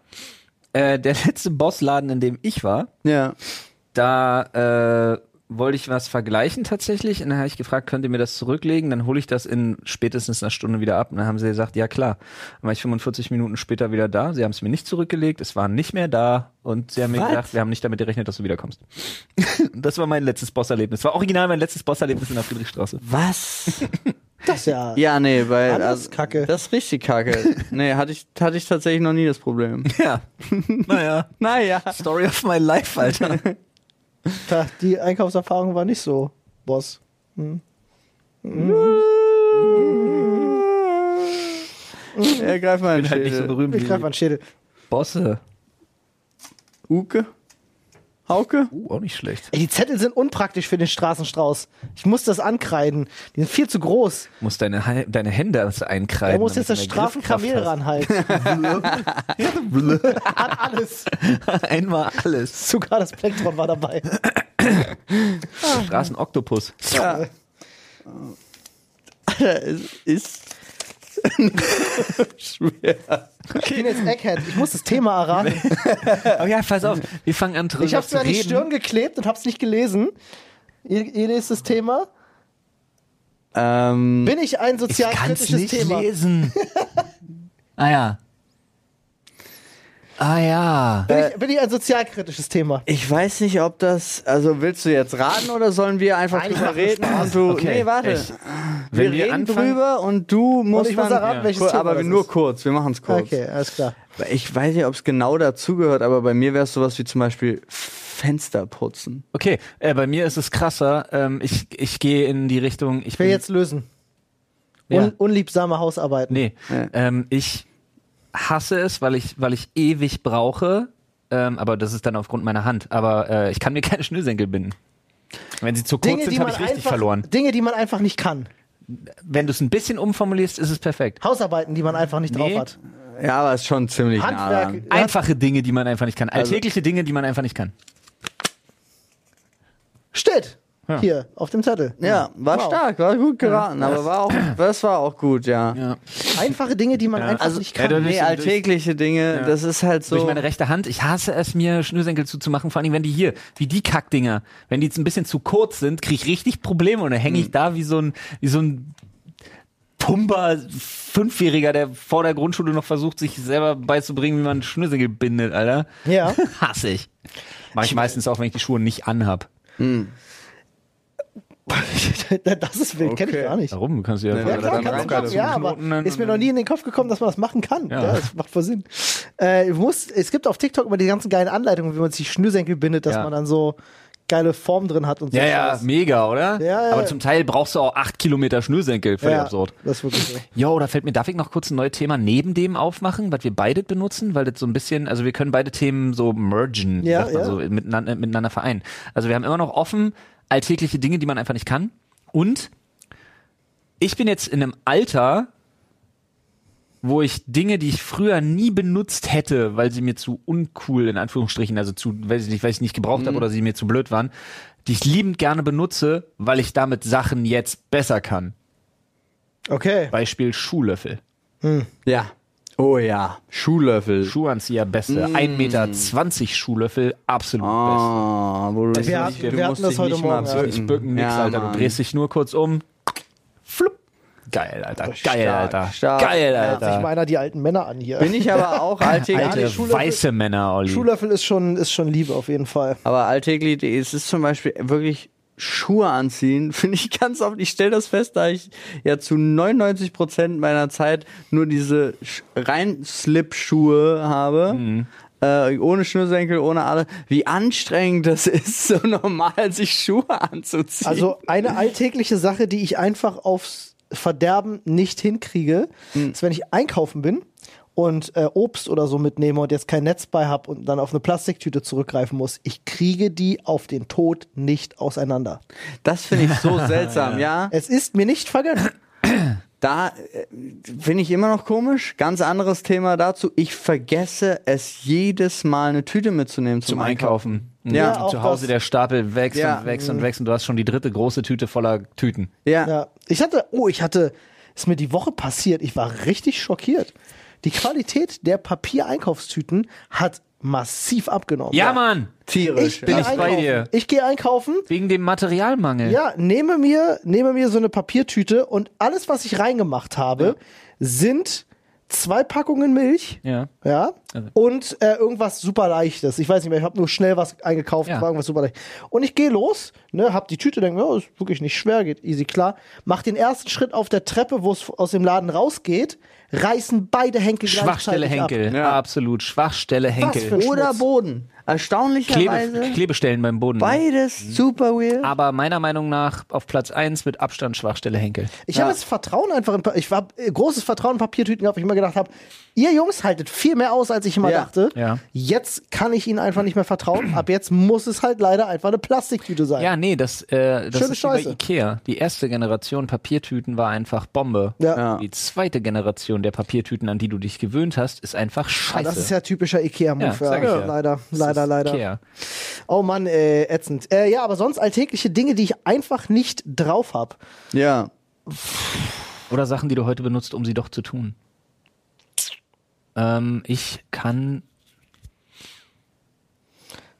B: äh, der letzte Bossladen, in dem ich war,
C: Ja.
B: da äh, wollte ich was vergleichen tatsächlich. Und dann habe ich gefragt, könnt ihr mir das zurücklegen? Dann hole ich das in spätestens einer Stunde wieder ab. Und dann haben sie gesagt, ja klar. Dann war ich 45 Minuten später wieder da. Sie haben es mir nicht zurückgelegt, es war nicht mehr da. Und sie haben mir
C: Was?
B: gesagt, wir haben nicht damit gerechnet, dass du wiederkommst. das war mein letztes Bosserlebnis. War original mein letztes Bosserlebnis in der Friedrichstraße.
C: Was?
A: Das ist ja.
C: Ja, nee, weil. also,
A: Alles Kacke.
C: Das ist richtig kacke. Nee, hatte ich, hatte ich tatsächlich noch nie das Problem.
B: Ja. naja.
C: Naja.
B: Story of my life, Alter.
A: Ta- Die Einkaufserfahrung war nicht so, Boss.
C: Ja, greif mal
B: bin
C: einen
B: halt nicht so
C: Schädel.
B: berühmt
A: Ich greife
B: wie
A: an den Schädel.
B: Bosse.
C: Uke? Hauke?
B: Uh, auch nicht schlecht.
A: Ey, die Zettel sind unpraktisch für den Straßenstrauß. Ich muss das ankreiden. Die sind viel zu groß.
B: Muss deine, Hal- deine Hände das einkreiden.
A: Da muss jetzt
B: damit
A: das
B: du mehr
A: Strafenkamel
B: Griffkraft
A: ranhalten. An alles.
B: hast. Einmal alles.
A: Sogar das Plektron war dabei. Ah.
B: Straßenoktopus.
C: Ja. Alter, es ist schwer.
A: Ich bin jetzt Egghead. Ich muss das Thema erraten.
B: Oh ja, pass auf. Wir fangen an drüber
A: Ich hab's
B: zu
A: mir an die
B: reden.
A: Stirn geklebt und hab's nicht gelesen. Ihr, ihr lest das Thema.
C: Ähm,
A: Bin ich ein
B: ich kann's
A: sozialkritisches
B: nicht
A: Thema?
B: lesen. ah ja. Ah ja.
A: Bin ich, bin ich ein sozialkritisches Thema?
C: ich weiß nicht, ob das. Also willst du jetzt raten oder sollen wir einfach
A: Nein, ich
C: drüber
A: mach
C: reden? Und du,
B: Okay,
C: nee, warte.
B: echt.
C: Wir
B: Wenn
C: reden
B: anfangen-
C: drüber und du musst
A: ich muss
C: dann,
A: erraten, welches
C: Kur-
A: Thema
C: aber
A: das
C: nur
A: ist.
C: kurz. Wir machen es kurz.
A: Okay, alles klar.
C: Ich weiß nicht, ob es genau dazugehört, aber bei mir wäre es sowas wie zum Beispiel Fenster putzen.
B: Okay, äh, bei mir ist es krasser. Ähm, ich ich gehe in die Richtung. Ich
A: Ich will
B: bin-
A: jetzt lösen.
B: Hm. Ja.
A: Un, unliebsame Hausarbeiten.
B: Nee,
C: Ja.
B: ähm, ich hasse es, weil ich, weil ich ewig brauche. Ähm, aber das ist dann aufgrund meiner Hand. Aber äh, ich kann mir keine Schnürsenkel binden. Wenn sie zu kurz
A: Dinge, die
B: sind, habe
A: man
B: ich richtig
A: einfach,
B: verloren.
A: Dinge, die man einfach nicht kann.
B: Wenn du es ein bisschen umformulierst, ist es perfekt.
A: Hausarbeiten, die man einfach nicht
B: Nee.
A: drauf hat.
C: Ja, aber ist schon ziemlich nah
A: Handwerk.
C: dran.
A: Ja, Also
B: Einfache Dinge, die man einfach nicht kann. Alltägliche Dinge, die man einfach nicht kann.
A: Steht
B: Ja.
A: hier auf dem Zettel.
C: Ja, war
A: Wow.
C: stark, war gut geraten, aber war auch, das war auch gut, ja.
A: Einfache Dinge, die man einfach
C: Also,
A: nicht
B: ja,
A: kann.
B: du-
C: Nee, alltägliche Dinge, das ist halt so.
B: Durch meine rechte Hand. Ich hasse es, mir Schnürsenkel zuzumachen. Vor allem, wenn die hier, wie die Kackdinger, wenn die jetzt ein bisschen zu kurz sind, kriege ich richtig Probleme und dann hänge
A: Hm.
B: ich da wie so ein, wie so ein Pumper Fünfjähriger, der vor der Grundschule noch versucht, sich selber beizubringen, wie man Schnürsenkel bindet, Alter.
A: ja.
B: Hasse ich. Mach ich meistens auch, wenn ich die Schuhe nicht anhab.
A: das ist wild, kenn ich
C: Okay.
A: gar nicht.
B: Warum? Du kannst ja,
A: Ja,
C: Oder
A: klar,
C: dann
A: kannst du
C: locker
A: machen,
C: das
A: ja, aber ist mir noch nie in den Kopf gekommen, dass man das machen kann. Ja,
B: Ja.
A: das macht voll Sinn. Äh, ich muss, es gibt auf TikTok immer die ganzen geilen Anleitungen, wie man sich Schnürsenkel bindet, dass
B: Ja.
A: man dann so geile Form drin hat und so.
B: Ja, ja,
A: Scheiß.
B: mega, oder?
A: Ja, ja.
B: Aber zum Teil brauchst du auch acht Kilometer Schnürsenkel. Völlig
A: ja,
B: absurd.
A: Das ist wirklich so.
B: Jo, da fällt mir, darf ich noch kurz ein neues Thema neben dem aufmachen, was wir beide benutzen, weil das so ein bisschen, also wir können beide Themen so mergen,
A: Ja,
B: sagt man
A: ja.
B: so, miteinander, äh, miteinander vereinen. Also wir haben immer noch offen alltägliche Dinge, die man einfach nicht kann. Und ich bin jetzt in einem Alter, wo ich Dinge, die ich früher nie benutzt hätte, weil sie mir zu uncool, in Anführungsstrichen, also zu, weiß ich nicht, weil ich sie nicht gebraucht
A: Mhm.
B: habe oder sie mir zu blöd waren, die ich liebend gerne benutze, weil ich damit Sachen jetzt besser kann.
A: Okay.
B: Beispiel Schuhlöffel.
C: ja. Oh ja, Schuhlöffel.
B: Schuhanzieher
A: Mm.
B: beste. 1,20 Meter Schuhlöffel, absolut beste.
C: Ah, wo du
A: Wir hatten- wir hatten das heute Morgen, mm. ja.
B: Nicht bücken, nix, Alter. Du drehst dich nur kurz um. Flupp. Geil, Alter. Geil,
C: Stark,
B: Alter.
C: stark.
B: Geil,
A: Hört sich mal
B: Alter.
A: einer die alten Männer an hier.
C: Bin ich aber auch
B: Alte,
C: alltäglich.
A: Schuhlöffel-
B: weiße Männer, Olli.
A: Schuhlöffel ist schon, ist schon Liebe auf jeden Fall.
C: aber alltäglich, es ist zum Beispiel wirklich Schuhe anziehen, finde ich ganz oft. Ich stelle das fest, da ich ja zu 99 Prozent meiner Zeit nur diese Sch- rein Slip-Schuhe habe. Äh, ohne Schnürsenkel, ohne alle. Wie anstrengend das ist, so normal sich Schuhe anzuziehen.
A: Also eine alltägliche Sache, die ich einfach aufs Verderben nicht hinkriege,
B: Hm.
A: ist, wenn ich einkaufen bin und äh, Obst oder so mitnehme und jetzt kein Netz bei habe und dann auf eine Plastiktüte zurückgreifen muss. Ich kriege die auf den Tod nicht auseinander.
C: das finde ich so seltsam, ja.
A: Es ist mir nicht vergönnt.
C: Da äh, finde ich immer noch komisch. Ganz anderes Thema dazu. Ich vergesse es jedes Mal, eine Tüte mitzunehmen zum,
B: Zum
C: Einkaufen.
B: Einkaufen.
C: Ja,
B: Und
A: auch
B: zu Hause
A: das. mm.
B: der Stapel wächst
C: Ja.
B: und wächst und wächst und du hast schon die dritte große Tüte voller Tüten.
C: Ja.
A: Ja. Ich hatte, oh, ich hatte, ist mir die Woche passiert, ich war richtig schockiert. Die Qualität der Papiereinkaufstüten hat massiv abgenommen.
B: Ja, Mann!
C: tierisch.
A: Ich bin
B: Bin
A: ich
B: ich bei
A: einkaufen.
B: dir.
A: Ich gehe einkaufen
B: Wegen dem Materialmangel.
A: Ja, nehme mir, nehme mir so eine Papiertüte und alles, was ich reingemacht habe, sind zwei Packungen Milch.
B: Ja. Also.
A: Ja. und äh, irgendwas super leichtes. Ich weiß nicht mehr, ich habe nur schnell was eingekauft,
B: Ja.
A: war irgendwas super leicht. Und ich gehe los, ne, hab die Tüte, denke mir, oh, ist wirklich nicht schwer, geht easy klar. Mach den ersten Schritt auf der Treppe, wo es aus dem Laden rausgeht, reißen beide Henkel
B: Schwachstelle
A: gleichzeitig
B: Henkel,
C: Ja.
B: absolut. Schwachstelle
A: Was für
B: Henkel.
A: ein Schmutz.
C: Oder Boden. Erstaunlicherweise
B: Klebe, Klebestellen beim Boden.
C: beides
A: Mhm.
C: super weird.
A: Ah.
B: Aber meiner Meinung nach auf Platz 1 mit Abstand Schwachstelle Henkel.
A: Ich habe
C: Ja.
A: das Vertrauen einfach in, Pa- ich war äh, großes Vertrauen in Papiertüten gehabt, weil ich immer gedacht habe, ihr Jungs haltet viel mehr aus, als ich immer
C: Ja.
A: dachte.
B: Ja.
A: Jetzt kann ich ihnen einfach nicht mehr vertrauen. Ab jetzt muss es halt leider einfach eine Plastiktüte sein.
B: Ja, nee, das, äh,
A: Schöne
B: das ist wie bei
A: Scheiße.
B: Ikea. Die erste Generation Papiertüten war einfach Bombe.
A: Ja.
C: Ja.
B: Die zweite Generation der Papiertüten, an die du dich gewöhnt hast, ist einfach
A: Ah,
B: scheiße.
A: das ist ja typischer
B: Ja,
A: Ikea-Move. Ja,
B: sag ich ja.
A: Leider,
B: Das
A: leider,
B: ist
A: leider.
B: Ikea.
A: Oh Mann, äh, ätzend. Äh, ja, aber sonst alltägliche Dinge, die ich einfach nicht drauf habe.
C: ja.
B: Oder Sachen, die du heute benutzt, um sie doch zu tun. Ähm, ich kann.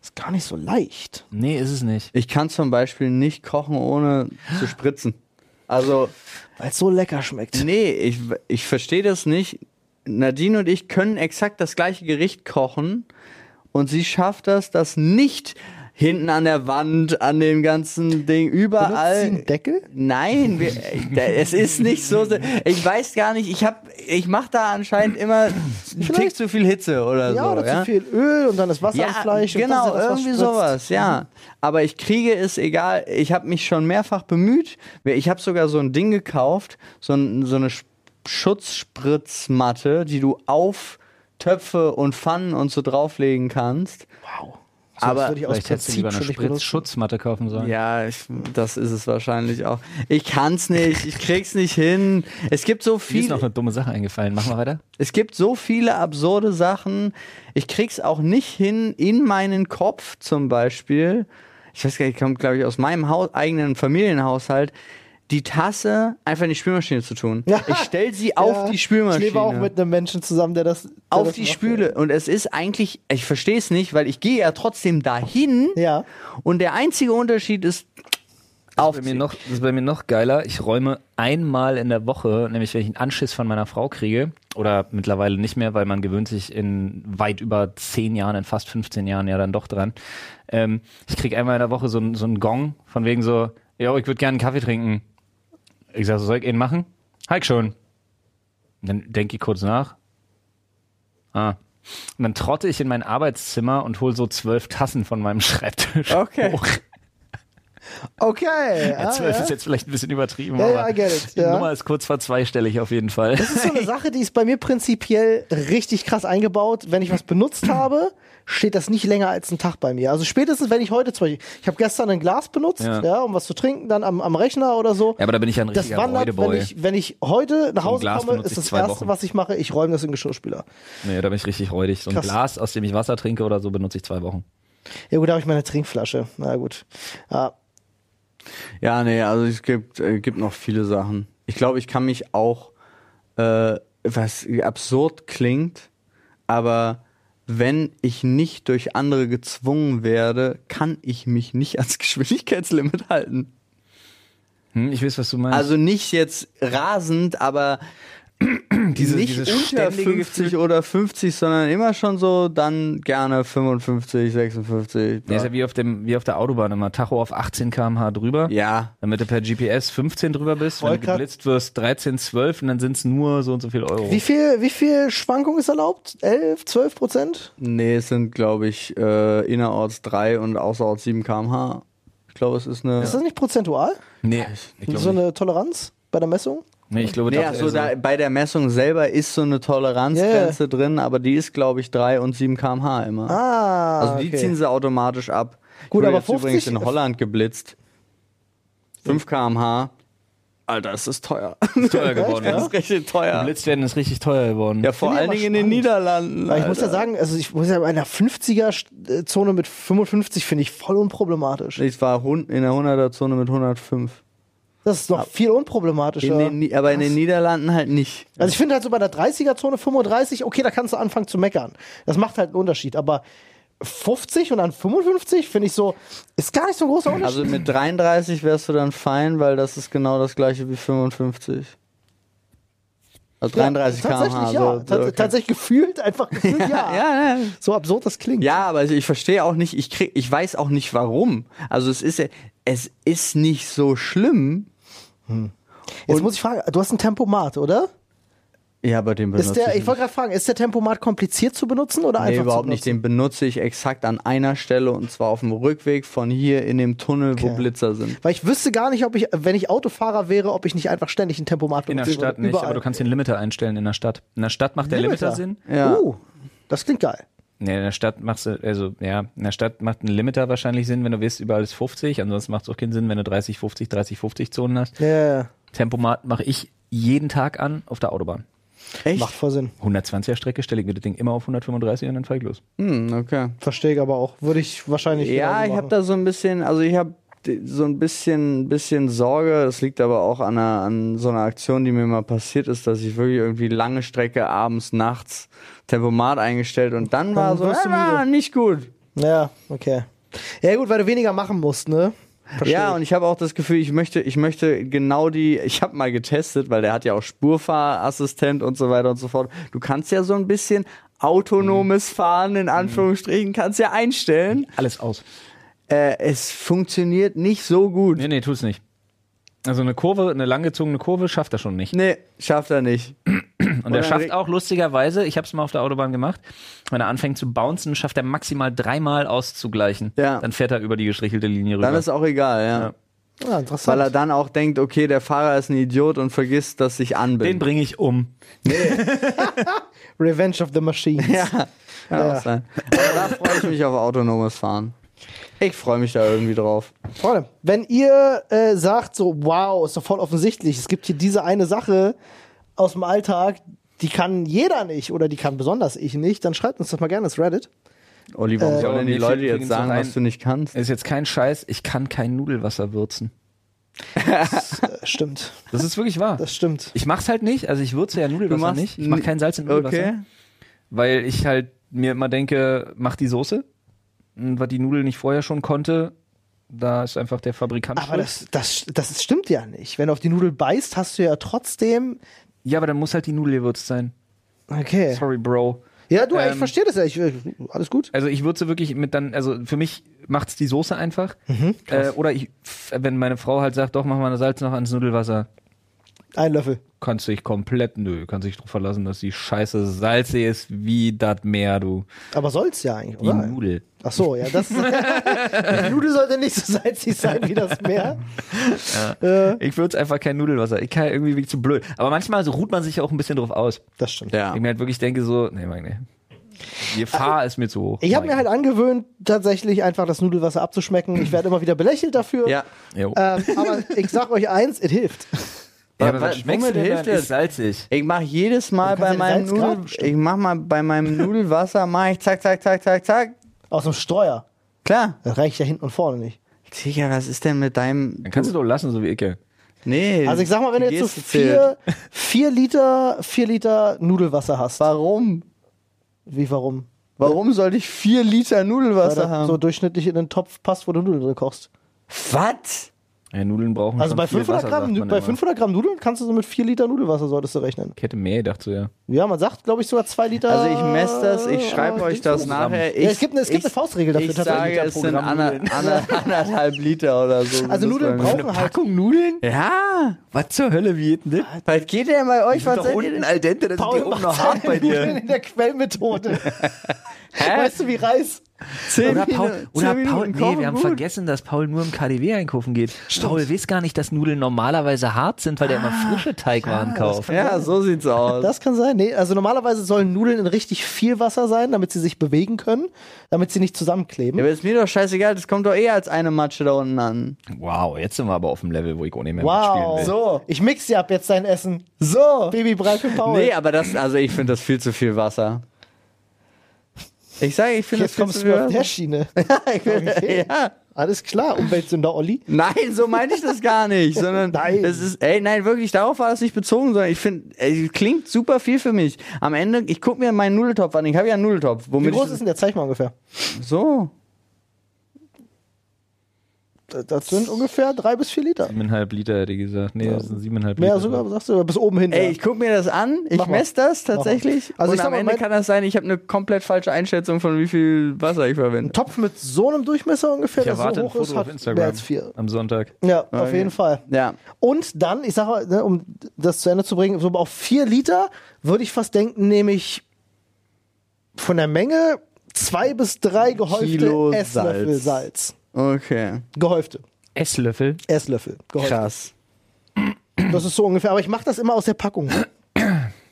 A: Ist gar nicht so leicht.
B: Nee, ist es nicht.
C: Ich kann zum Beispiel nicht kochen, ohne zu spritzen. Also,
A: Weil es so lecker schmeckt.
C: nee, ich, ich verstehe das nicht. Nadine und ich können exakt das gleiche Gericht kochen und sie schafft das, das nicht hinten an der Wand, an dem ganzen Ding,
A: Benutzt sie
C: überall.
A: einen Deckel?
C: Nein, wir, äh, es ist nicht so. se- Ich weiß gar nicht. Ich hab, ich mache da anscheinend immer einen Tick
A: Vielleicht-
C: zu viel Hitze oder
A: Ja,
C: so.
A: oder
C: Also, ja?
A: zu viel Öl und dann das Wasser
C: Ja,
A: am Fleisch.
C: genau,
A: und das ist ja das, was
C: irgendwie
A: spritzt. Mhm.
C: sowas, ja. Aber ich kriege es egal. Ich habe mich schon mehrfach bemüht. Ich habe sogar so ein Ding gekauft, so, ein, so eine Sch- Schutzspritzmatte, die du auf Töpfe und Pfannen und so drauflegen kannst.
A: Wow. So,
C: Aber
A: das würde ich aus
B: Vielleicht hättest du
A: Prinzip
B: lieber eine
A: schon nicht benutzen.
B: Spritzschutzmatte kaufen sollen.
C: Ja, ich, das ist es wahrscheinlich auch. Ich kann's nicht, ich krieg's nicht hin. Es gibt so
B: Mir ist
C: viel,
B: noch eine dumme Sache eingefallen. Machen wir weiter.
C: es gibt so viele absurde Sachen. Ich krieg's auch nicht hin in meinen Kopf zum Beispiel. Ich weiß gar nicht, kommt glaube ich aus meinem Haus, eigenen Familienhaushalt. Die Tasse einfach in die Spülmaschine zu tun.
A: Ja.
C: Ich stell sie auf
A: Ja,
C: die Spülmaschine.
A: Ich lebe auch mit einem Menschen zusammen, der das. Der
C: auf
A: das
C: die
A: macht.
C: Spüle. Und es ist eigentlich, ich verstehe es nicht, weil ich gehe ja trotzdem dahin.
A: Ja.
C: Und der einzige Unterschied ist auf
B: Bei mir noch, das ist bei mir noch geiler. Ich räume einmal in der Woche, nämlich wenn ich einen Anschiss von meiner Frau kriege, oder mittlerweile nicht mehr, weil man gewöhnt sich in weit über 10 Jahren, in fast 15 Jahren ja dann doch dran. Ähm, ich kriege einmal in der Woche so, einen- so einen Gong von wegen so, yo, ich würde gerne einen Kaffee trinken. Ich sage, so, soll ich ihn machen? Halt schon. Und dann denke ich kurz nach. Ah. Und dann trotte ich in mein Arbeitszimmer und hole so zwölf Tassen von meinem Schreibtisch
C: Okay.
B: hoch.
A: Okay.
B: Ja,
A: ah,
B: 12
A: ja.
B: ist jetzt vielleicht ein bisschen übertrieben,
A: Ja, ja,
B: aber
A: I get it,
B: die
A: ja.
B: Nummer ist kurz vor zweistellig auf jeden Fall.
A: Das ist so eine Sache, die ist bei mir prinzipiell richtig krass eingebaut. Wenn ich was benutzt habe, steht das nicht länger als einen Tag bei mir. Also spätestens, wenn ich heute zum Beispiel, ich habe gestern ein Glas benutzt,
B: Ja.
A: ja. um was zu trinken, dann am, am Rechner oder so.
B: Ja, aber da bin ich ja ein
A: das
B: richtiger
A: wandert, wenn
B: Räudeboy.
A: ich, wenn ich heute nach Hause
B: Glas
A: komme,
B: benutze ich
A: ist das
B: zwei
A: Erste,
B: Wochen.
A: was ich mache, ich räume das in den Geschirrspüler.
B: Nee, da bin ich richtig räudig. So ein
A: Krass.
B: Glas, aus dem ich Wasser trinke oder so, benutze ich zwei Wochen.
A: Ja gut, da habe ich meine Trinkflasche. Na gut. Ah. Ja.
C: Ja, nee, also es gibt, äh, gibt noch viele Sachen. Ich glaube, ich kann mich auch, äh, was absurd klingt, aber wenn ich nicht durch andere gezwungen werde, kann ich mich nicht ans Geschwindigkeitslimit halten.
B: Hm, ich weiß, was du meinst.
C: Also nicht jetzt rasend, aber nicht unter 50
B: Gefühl.
C: oder 50, sondern immer schon so, dann gerne 55, 56.
B: Nee, ist ja wie auf, dem, wie auf der Autobahn immer. Tacho auf 18 km/h drüber.
C: ja.
B: Damit du per GPS 15 drüber bist. Wenn
A: Wollte
B: du
A: grad-
B: geblitzt wirst, 13, 12 und dann sind es nur so und so viel Euro.
A: Wie viel, wie viel Schwankung ist erlaubt? 11, 12 Prozent?
C: Nee, es sind, glaube ich, äh, innerorts 3 und außerorts 7 km/h. Ich glaube, es ist eine.
A: Ist das nicht prozentual?
B: Nee, ich
A: so
B: glaube nicht.
A: eine Toleranz bei der Messung?
B: Nee, ich glaube,
C: nee,
B: das-
C: also da, bei der Messung selber ist so eine Toleranzgrenze drin, aber die ist, glaube ich, 3 und 7 km/h immer.
A: Ah.
C: also die
A: okay.
C: ziehen sie automatisch ab. Ich
A: Gut,
C: wurde
A: aber
C: jetzt übrigens
A: 50
C: in Holland geblitzt. 5 km/h. Alter, es ist teuer.
B: ist teuer geworden.
C: Das
B: Ja?
C: ist richtig teuer.
B: Geblitzt werden ist richtig teuer geworden.
C: Ja, vor
A: Finde ich
C: allen
A: aber
C: Dingen in den
A: spannend.
C: Niederlanden.
A: Aber ich muss ja
C: Alter.
A: sagen, also ich muss ja bei einer 50er-Zone mit 55 finde ich voll unproblematisch.
C: ich war hun- in der 100er-Zone mit 105.
A: Das ist noch viel
C: In
A: unproblematischer.
C: den, Ni- aber in den Niederlanden halt nicht.
A: also ich finde halt so bei der 30er-Zone 35, okay, da kannst du anfangen zu meckern. Das macht halt einen Unterschied. Aber 50 und dann 55 finde ich so, ist gar nicht so ein großer Unterschied.
C: Also mit 33 wärst du dann fein, weil das ist genau das gleiche wie 55. Also 33
A: ja,
C: km/h.
A: Tatsächlich,
C: so,
A: ja.
C: so,
A: Tats-
C: okay.
A: Tatsächlich gefühlt, einfach gefühlt, ja.
C: Ja, ja.
A: So absurd das klingt.
C: Ja, aber ich verstehe auch nicht, ich krieg, ich weiß auch nicht warum. Also es ist ja, es ist nicht so schlimm.
A: Jetzt muss ich fragen, du hast ein Tempomat, oder?
C: Ja, aber den benutze
A: Ist der,
C: ich,
A: ich wollte gerade fragen, ist der Tempomat kompliziert zu benutzen oder
C: nee,
A: einfach
C: überhaupt
A: zu
C: nicht.
A: benutzen?
C: Den benutze ich exakt an einer Stelle und zwar auf dem Rückweg von hier in dem Tunnel, wo
A: Okay.
C: Blitzer sind.
A: Weil ich wüsste gar nicht, ob ich, wenn ich Autofahrer wäre, ob ich nicht einfach ständig ein Tempomat
B: In der
A: benutze.
B: Stadt nicht,
A: Überall.
B: aber du kannst den Limiter einstellen in der Stadt. In der Stadt macht der Limiter, Sinn.
C: Ja.
A: Uh, das klingt geil.
B: Nee, in der Stadt machst du, also ja, in der Stadt macht ein Limiter wahrscheinlich Sinn, wenn du willst, überall ist 50. Ansonsten macht es auch keinen Sinn, wenn du 30, 50, 30, 50 Zonen hast.
A: Ja, ja, ja.
B: Tempomat mache ich jeden Tag an auf der Autobahn.
C: Echt?
A: macht voll Sinn.
B: 120er Strecke stelle ich mir das Ding immer auf 135 und dann fahr ich los.
C: Hm, okay.
A: Verstehe ich aber auch. Würde ich wahrscheinlich.
C: Ja,
A: genauso
C: ich habe
A: machen.
C: da so ein bisschen, also ich habe so ein bisschen, bisschen Sorge. Das liegt aber auch an, einer, an so einer Aktion, die mir mal passiert ist, dass ich wirklich irgendwie lange Strecke abends, nachts Tempomat eingestellt und dann war
A: Dann
C: so,
A: warst du
C: ah, nicht gut.
A: Ja, okay. Ja, gut, weil du weniger machen musst, ne? Verstehe
C: Ja, und ich habe auch das Gefühl, ich möchte, ich möchte genau die, ich habe mal getestet, weil der hat ja auch Spurfahrassistent und so weiter und so fort. Du kannst ja so ein bisschen
A: Mhm.
C: autonomes Fahren in Anführungsstrichen, kannst ja einstellen.
B: Alles aus.
C: Äh, es funktioniert nicht so gut.
B: Nee, nee, tu's nicht. Also eine Kurve, eine langgezogene Kurve schafft er schon nicht.
C: Nee, schafft er nicht.
B: Und er
C: dann
B: schafft
C: re-
B: auch lustigerweise, ich habe es mal auf der Autobahn gemacht, wenn er anfängt zu bouncen, schafft er maximal dreimal auszugleichen.
C: Ja.
B: Dann fährt er über die gestrichelte Linie rüber.
C: Dann ist auch egal, ja.
B: Ja.
A: ich. Ja, Ah, interessant.
C: Weil er dann auch denkt, okay, der Fahrer ist ein Idiot und vergisst, dass ich
B: Den
C: anbinde.
B: bringe ich um.
A: Revenge of the Machines.
C: Ja, kann
A: Ja.
C: auch sein. Aber da freue ich mich auf autonomes Fahren. Ich freue mich da irgendwie drauf.
A: Freunde, wenn ihr äh, sagt, so, wow, ist doch voll offensichtlich, es gibt hier diese eine Sache aus dem Alltag, die kann jeder nicht oder die kann besonders ich nicht, dann schreibt uns das mal gerne ins Reddit.
C: Olli, warum
A: Äh,
C: sollen denn die
B: mir
C: Leute
B: fällt
C: jetzt
B: übrigens noch
C: sagen,
B: ein-
C: was du nicht kannst?
B: Ist jetzt kein Scheiß, ich kann kein Nudelwasser würzen.
A: Äh, stimmt,
B: Das ist wirklich wahr.
A: das stimmt.
B: Ich mach's halt nicht, also ich würze ja Nudelwasser
C: machst
B: nicht. Ich mach
C: n-
B: kein Salz in Nudelwasser,
C: Okay.
B: weil ich halt mir immer denke, mach die Soße, Und was die Nudel nicht vorher schon konnte, da ist einfach der Fabrikant
A: Aber
B: schuld.
A: das, das, das stimmt ja nicht. Wenn du auf die Nudel beißt, hast du ja trotzdem.
B: ja, aber dann muss halt die Nudel gewürzt sein.
A: Okay.
B: Sorry, Bro.
A: Ja, du, ich
B: Ähm,
A: verstehe das ja. Ich, äh, alles gut.
B: Also ich würze wirklich mit dann, also für mich macht's die Soße einfach. äh, oder ich, f- wenn meine Frau halt sagt, doch, mach mal Salz noch ans Nudelwasser,
A: Ein Löffel.
B: kannst dich komplett, nö, kannst dich drauf verlassen, dass die Scheiße salzig ist wie das Meer, du.
A: Aber soll's ja eigentlich,
B: Die
A: oder?
B: Nudel.
A: Ach so, ja, das ist. die Nudel sollte nicht so salzig sein wie das Meer. Äh,
B: Ich würze einfach kein Nudelwasser. Ich kann irgendwie wirklich zu blöd. Aber manchmal so ruht man sich auch ein bisschen drauf aus.
A: das stimmt.
C: Ja.
B: Ich mir halt wirklich denke so, nee, Mann, nee. Die Gefahr ist mir zu hoch.
A: Ich habe
B: Mann.
A: mir halt angewöhnt, tatsächlich einfach das Nudelwasser abzuschmecken. Ich werde immer wieder belächelt dafür.
C: Ja.
B: Jo.
A: Ähm, aber ich sag euch eins, es hilft.
B: ja, aber
C: wa-
B: was schmeckst du
C: womit
B: denn
C: hilft
B: dann?
C: es?
B: Ist salzig.
C: Ich mache jedes Mal
A: Dann kannst
C: bei
A: du
C: meinem
A: den Salzgrad
C: Nudel,
A: bestimmen.
C: ich mach mal bei meinem Nudelwasser mache ich zack zack zack zack zack.
A: Aus dem Steuer.
C: Klar.
A: Das reicht ja hinten und vorne nicht.
C: Digga, was ist denn mit deinem
B: Dann kannst du doch lassen, so wie ich. ja.
C: Nee.
A: Also ich sag mal, wenn du
C: die
A: jetzt so
C: Geste zählt.
A: vier, vier Liter, vier Liter Nudelwasser hast.
C: Warum?
A: Wie warum?
C: Warum sollte ich vier Liter
A: Weil
C: Nudelwasser
A: das
C: haben?
A: so durchschnittlich in den Topf passt, wo du Nudeln drin kochst.
C: was?
B: Ja, Nudeln brauchen
A: Also
B: schon
A: bei
B: viel
A: 500,
B: Wasser, sagt
A: Gramm,
B: man
A: bei
B: immer.
A: 500 Gramm Nudeln kannst du so mit vier Liter Nudelwasser solltest du rechnen.
B: Ich hätte mehr gedacht so, ja.
A: Ja, man sagt, glaube ich, sogar zwei Liter.
C: Also ich messe das,
A: Ah,
C: ich schreibe euch das
B: Programm.
C: nachher. Ich,
A: Ja, es gibt eine- es gibt eine Faustregel dafür
C: Ich
A: tatsächlich.
C: sage, es sind
B: Programm
C: ander, ander, anderthalb Liter oder so. sind
A: Also
C: das
A: Nudeln
C: bei mir.
A: brauchen halt.
B: Nudeln?
C: Ja,
B: Was zur Hölle, wie geht denn das?
C: was geht denn bei euch? Was Äh,
B: Doch
C: seid ihr
B: unten
C: denn?
B: al dente, das
A: Paul
B: ist oben
A: macht
B: noch hart
A: seine
B: bei dir.
A: Nudeln in der Quellmethode. weißt du, wie Reis?
C: Zehn
B: Oder
C: Minuten-
B: Paul, oder
C: zehn
B: Paul
C: Minuten
B: nee,
C: kochen,
B: wir haben
C: gut.
B: vergessen, dass Paul nur im KDW einkaufen geht. Paul weiß gar nicht, dass Nudeln normalerweise hart sind, weil der immer
A: Ah,
B: frische Teigwaren kauft.
C: Ja, so sieht's aus.
A: Das kann sein. Nee, also normalerweise sollen Nudeln in richtig viel Wasser sein, damit sie sich bewegen können, damit sie nicht zusammenkleben.
C: ja, aber ist mir doch scheißegal, das kommt doch eh als eine Matsche da unten an.
B: Wow, jetzt sind wir aber auf dem Level, wo ich ohne mehr
A: wow.
B: mitspielen will.
A: So. Ich mix dir ab jetzt dein Essen.
C: So.
A: Babybrei für Paul.
C: Nee, aber das, also ich finde das viel zu viel Wasser. Ich sage, ich finde
A: jetzt
C: das viel zu
A: kommst
C: viel
A: du auf der
C: Wasser.
A: Schiene.
C: Okay. Ja.
A: Alles klar, Umweltsünder Olli.
C: Nein, so meinte ich das gar nicht, sondern
A: Nein.
C: das ist, ey, nein, wirklich, darauf war das nicht bezogen, sondern ich finde, ey, klingt super viel für mich. Am Ende, ich gucke mir meinen Nudeltopf an, ich habe ja einen Nudeltopf,
A: Wie
C: womit
A: groß ist
C: ich
A: denn der Zeig mal ungefähr?
C: so
A: Das sind ungefähr drei bis vier Liter.
B: Siebeneinhalb Liter hätte ich gesagt. Nee, das sind siebeneinhalb Liter.
A: Mehr sogar, sagst du, bis oben hin.
C: Ey,
A: ja.
C: ich guck mir das an, ich
A: Mach mal.
C: messe das tatsächlich.
A: Also
C: Also
A: ich
C: und
A: sag
C: am
A: mal,
C: Ende
A: mein-
C: kann das sein, ich habe eine komplett falsche Einschätzung von wie viel Wasser ich
A: Ein
C: verwende.
A: Topf mit so einem Durchmesser ungefähr,
B: Ich
A: der
B: erwarte
A: so
B: ein
A: also hoch
B: Foto
A: ist,
B: auf
A: hat
B: Instagram
A: mehr als vier.
B: am Sonntag.
A: Ja, auf
C: Okay.
A: jeden Fall.
C: Ja.
A: Und dann, ich sag mal, ne, um das zu Ende zu bringen, so auf vier Liter würde ich fast denken, nehme ich von der Menge zwei bis drei gehäufte
C: Kilo
A: Esslöffel
C: Salz.
A: Salz.
C: Okay.
A: Gehäufte.
B: Esslöffel.
A: Esslöffel. Gehäufte.
C: Krass.
A: Das ist so ungefähr. Aber ich mache das immer aus der Packung.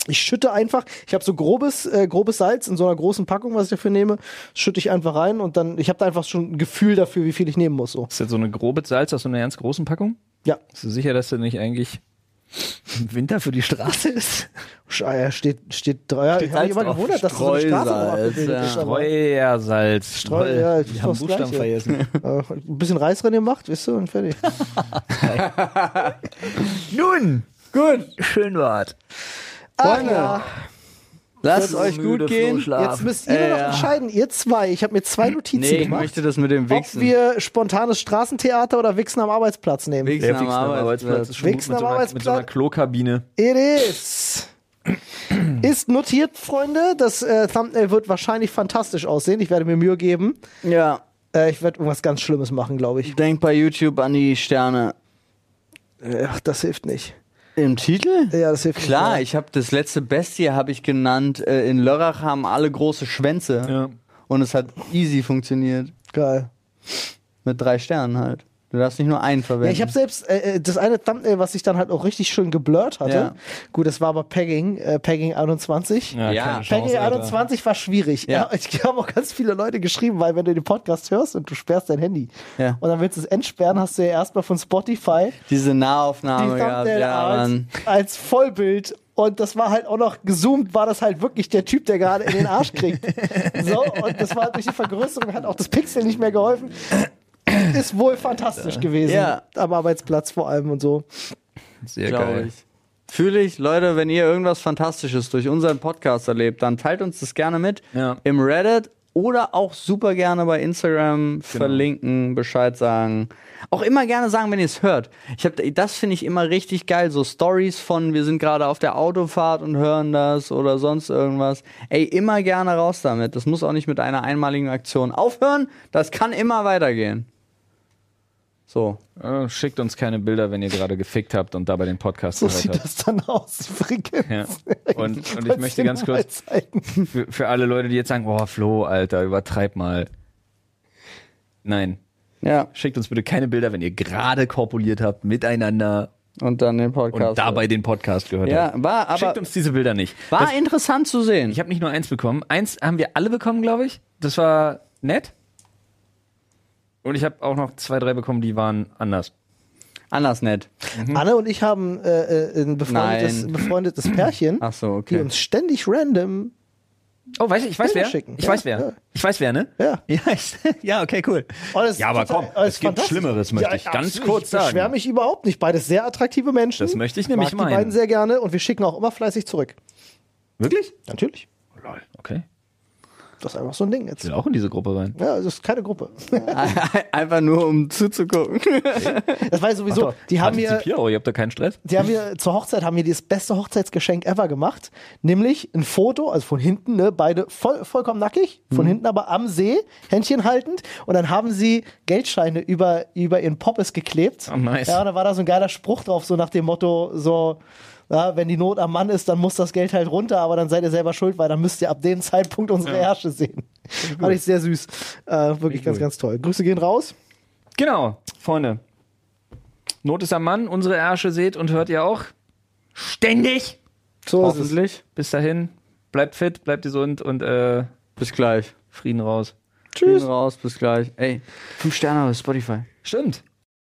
A: Ich schütte einfach, ich habe so grobes, äh, grobes Salz in so einer großen Packung, was ich dafür nehme, schütte ich einfach rein und dann, ich habe da einfach schon ein Gefühl dafür, wie viel ich nehmen muss. So.
B: Ist das so eine grobe Salz aus so einer ganz großen Packung?
A: Ja,
B: Bist du sicher, dass du nicht eigentlich im Winter für die Straße ist?
A: Scheier ah, steht, steht drei. ich habe mich
C: Salz
A: immer
C: drauf.
A: gewundert, dass so eine Straße drauf
C: Streusalz,
A: abgebildet
C: ja.
A: ist. aber-
B: Streuersalz.
A: Streu- ja, ist
B: Wir haben
A: das
B: Buchstaben
A: Gleiche.
B: vergessen.
A: Äh, Ein bisschen Reis drin gemacht, wisst ihr, und fertig.
B: Nun,
C: Gut,
B: schön wart.
A: Ach,
C: Freunde,
A: ja.
C: lasst
B: so
C: euch
B: müde,
C: gut gehen.
B: Flo,
A: Jetzt müsst ihr
C: Äh,
A: nur noch
C: ja.
A: entscheiden, ihr zwei. Ich habe mir zwei Notizen
C: Nee, ich
A: gemacht,
C: möchte das mit dem
A: ob
C: Wichsen.
A: wir spontanes Straßentheater oder Wichsen am Arbeitsplatz nehmen.
C: Wichsen
B: Der
C: am
B: Wichsen am Arbeitsplatz ist
C: Arbeitsplatz.
B: schon gut mit
A: Wichsen
B: so,
A: am
B: einer, mit so einer
A: Arbeitsplatz.
B: Klokabine.
A: It is. Ist notiert, Freunde. Das äh, Thumbnail wird wahrscheinlich fantastisch aussehen. Ich werde mir Mühe geben.
C: Ja.
A: Äh, ich werde irgendwas ganz Schlimmes machen, glaube ich.
C: Denkt bei YouTube an die Sterne.
A: Äh, Ach, das hilft nicht.
C: Im Titel?
A: Äh, Ja, das hilft
C: Klar,
A: nicht.
C: ich habe das letzte Bestie habe ich genannt. Äh, in Lörrach haben alle große Schwänze
B: Ja.
C: und es hat easy funktioniert
A: Klar. Geil.
C: mit drei Sternen halt. Du darfst nicht nur einen verwenden.
A: Ja, ich habe selbst äh, äh, das eine Thumbnail, was ich dann halt auch richtig schön geblurrt hatte.
C: Ja.
A: Gut, das war aber Pegging, äh, Pegging 21.
C: Ja.
B: keine
A: Pegging
B: Chance, Alter.
A: 21 war schwierig.
C: Ja.
A: Ja. Ich habe auch ganz viele Leute geschrieben, weil wenn du den Podcast hörst und du sperrst dein Handy
C: Ja.
A: und dann willst du es entsperren, hast du ja erstmal von Spotify
C: diese
A: die
C: Nahaufnahme gehabt.
A: Thumbnail
C: Oh Ja,
A: als,
C: Mann.
A: als Vollbild. Und das war halt auch noch gezoomt, war das halt wirklich der Typ, der gerade in den Arsch kriegt. So, und das war durch die Vergrößerung, hat auch das Pixel nicht mehr geholfen. Ist wohl fantastisch gewesen.
C: Ja.
A: Am Arbeitsplatz vor allem und so.
B: Sehr
C: glaube
B: geil.
C: ich. Fühle ich, Leute, wenn ihr irgendwas Fantastisches durch unseren Podcast erlebt, dann teilt uns das gerne mit
B: Ja.
C: im Reddit oder auch super gerne bei
B: Genau.
C: Instagram verlinken, Bescheid sagen. Auch immer gerne sagen, wenn ihr es hört. Ich hab, das finde ich immer richtig geil, so Stories von wir sind gerade auf der Autofahrt und hören das oder sonst irgendwas. Ey, immer gerne raus damit. Das muss auch nicht mit einer einmaligen Aktion aufhören. Das kann immer weitergehen. So.
B: Äh, Schickt uns keine Bilder, wenn ihr gerade gefickt habt und dabei den Podcast
C: Oh
A: So
B: gehört
A: sieht
B: habt.
A: das dann aus. Frickens.
B: Ja. Und, und ich
A: Kannst
B: möchte
A: du
B: ganz
A: mal
B: kurz
A: zeigen?
B: für, für alle Leute, die jetzt sagen, oh Flo, Alter, übertreib mal. Nein,
C: Ja.
B: schickt uns bitte keine Bilder, wenn ihr gerade korpuliert habt miteinander
C: Und dann den
B: und
C: Podcast.
B: dabei den Podcast gehört
C: Ja,
B: habt.
C: war aber-
B: schickt uns diese Bilder nicht.
C: War
B: das,
C: interessant zu sehen.
B: ich habe nicht nur eins bekommen. Eins haben wir alle bekommen, glaube ich. Das war nett. Und ich habe auch noch zwei, drei bekommen, die waren anders.
C: Anders Ah, nett.
A: Anne und ich haben äh, äh, ein befreundetes,
C: Mhm. Nein.
A: befreundetes Pärchen,
C: Ach so,
A: die
C: okay.
A: uns ständig random
B: Oh, weiß ich, ich weiß
A: Bilder
B: wer.
A: schicken.
B: Ich
A: Ja,
B: weiß wer.
A: ja.
B: Ich weiß wer, ne?
A: Ja.
B: Ja, ich, ja okay, cool.
A: Oh, das ist
B: ja, aber
A: total-
B: komm,
A: oh, das
B: es
A: ist
B: gibt
A: fantastisch.
B: Schlimmeres, möchte
A: Ja,
B: ich ganz
A: absolut.
B: kurz
A: Ich beschwere
B: sagen.
A: mich überhaupt nicht. Beides sehr attraktive Menschen.
B: Das möchte ich nämlich
A: Mag
B: meinen.
A: die beiden sehr gerne und wir schicken auch immer fleißig zurück.
B: Wirklich?
A: Natürlich.
B: Lol, okay.
A: Das ist einfach so ein Ding jetzt.
B: Ich will
A: Ja,
B: auch in diese Gruppe rein.
A: das ist keine Gruppe.
C: Einfach nur, um zuzugucken.
A: Das war sowieso. Die haben mir,
B: Partizipier, oh, ihr habt da keinen Stress.
A: die haben mir zur Hochzeit haben mir das beste Hochzeitsgeschenk ever gemacht, nämlich ein Foto, also von hinten, ne, beide voll, vollkommen nackig,
B: Mhm.
A: von hinten aber am See, Händchen haltend, und dann haben sie Geldscheine über über ihren Poppes geklebt.
B: Oh, nice.
A: Ja, und da war da so ein geiler Spruch drauf, so nach dem Motto, so. Ja, wenn die Not am Mann ist, dann muss das Geld halt runter, aber dann seid ihr selber schuld, weil dann müsst ihr ab dem Zeitpunkt unsere Ärsche sehen. Fand ich sehr süß. Äh, wirklich ganz,
B: gut.
A: ganz toll. Grüße gehen raus.
B: Genau, Freunde. Not ist am Mann, unsere Ärsche seht und hört ihr auch. Ständig.
A: So ist es.
C: Hoffentlich.
B: Bis dahin, bleibt fit, bleibt gesund und äh,
C: Bis gleich.
B: Frieden raus.
C: Tschüss. Raus, bis gleich. Ey, fünf Sterne auf Spotify.
B: Stimmt.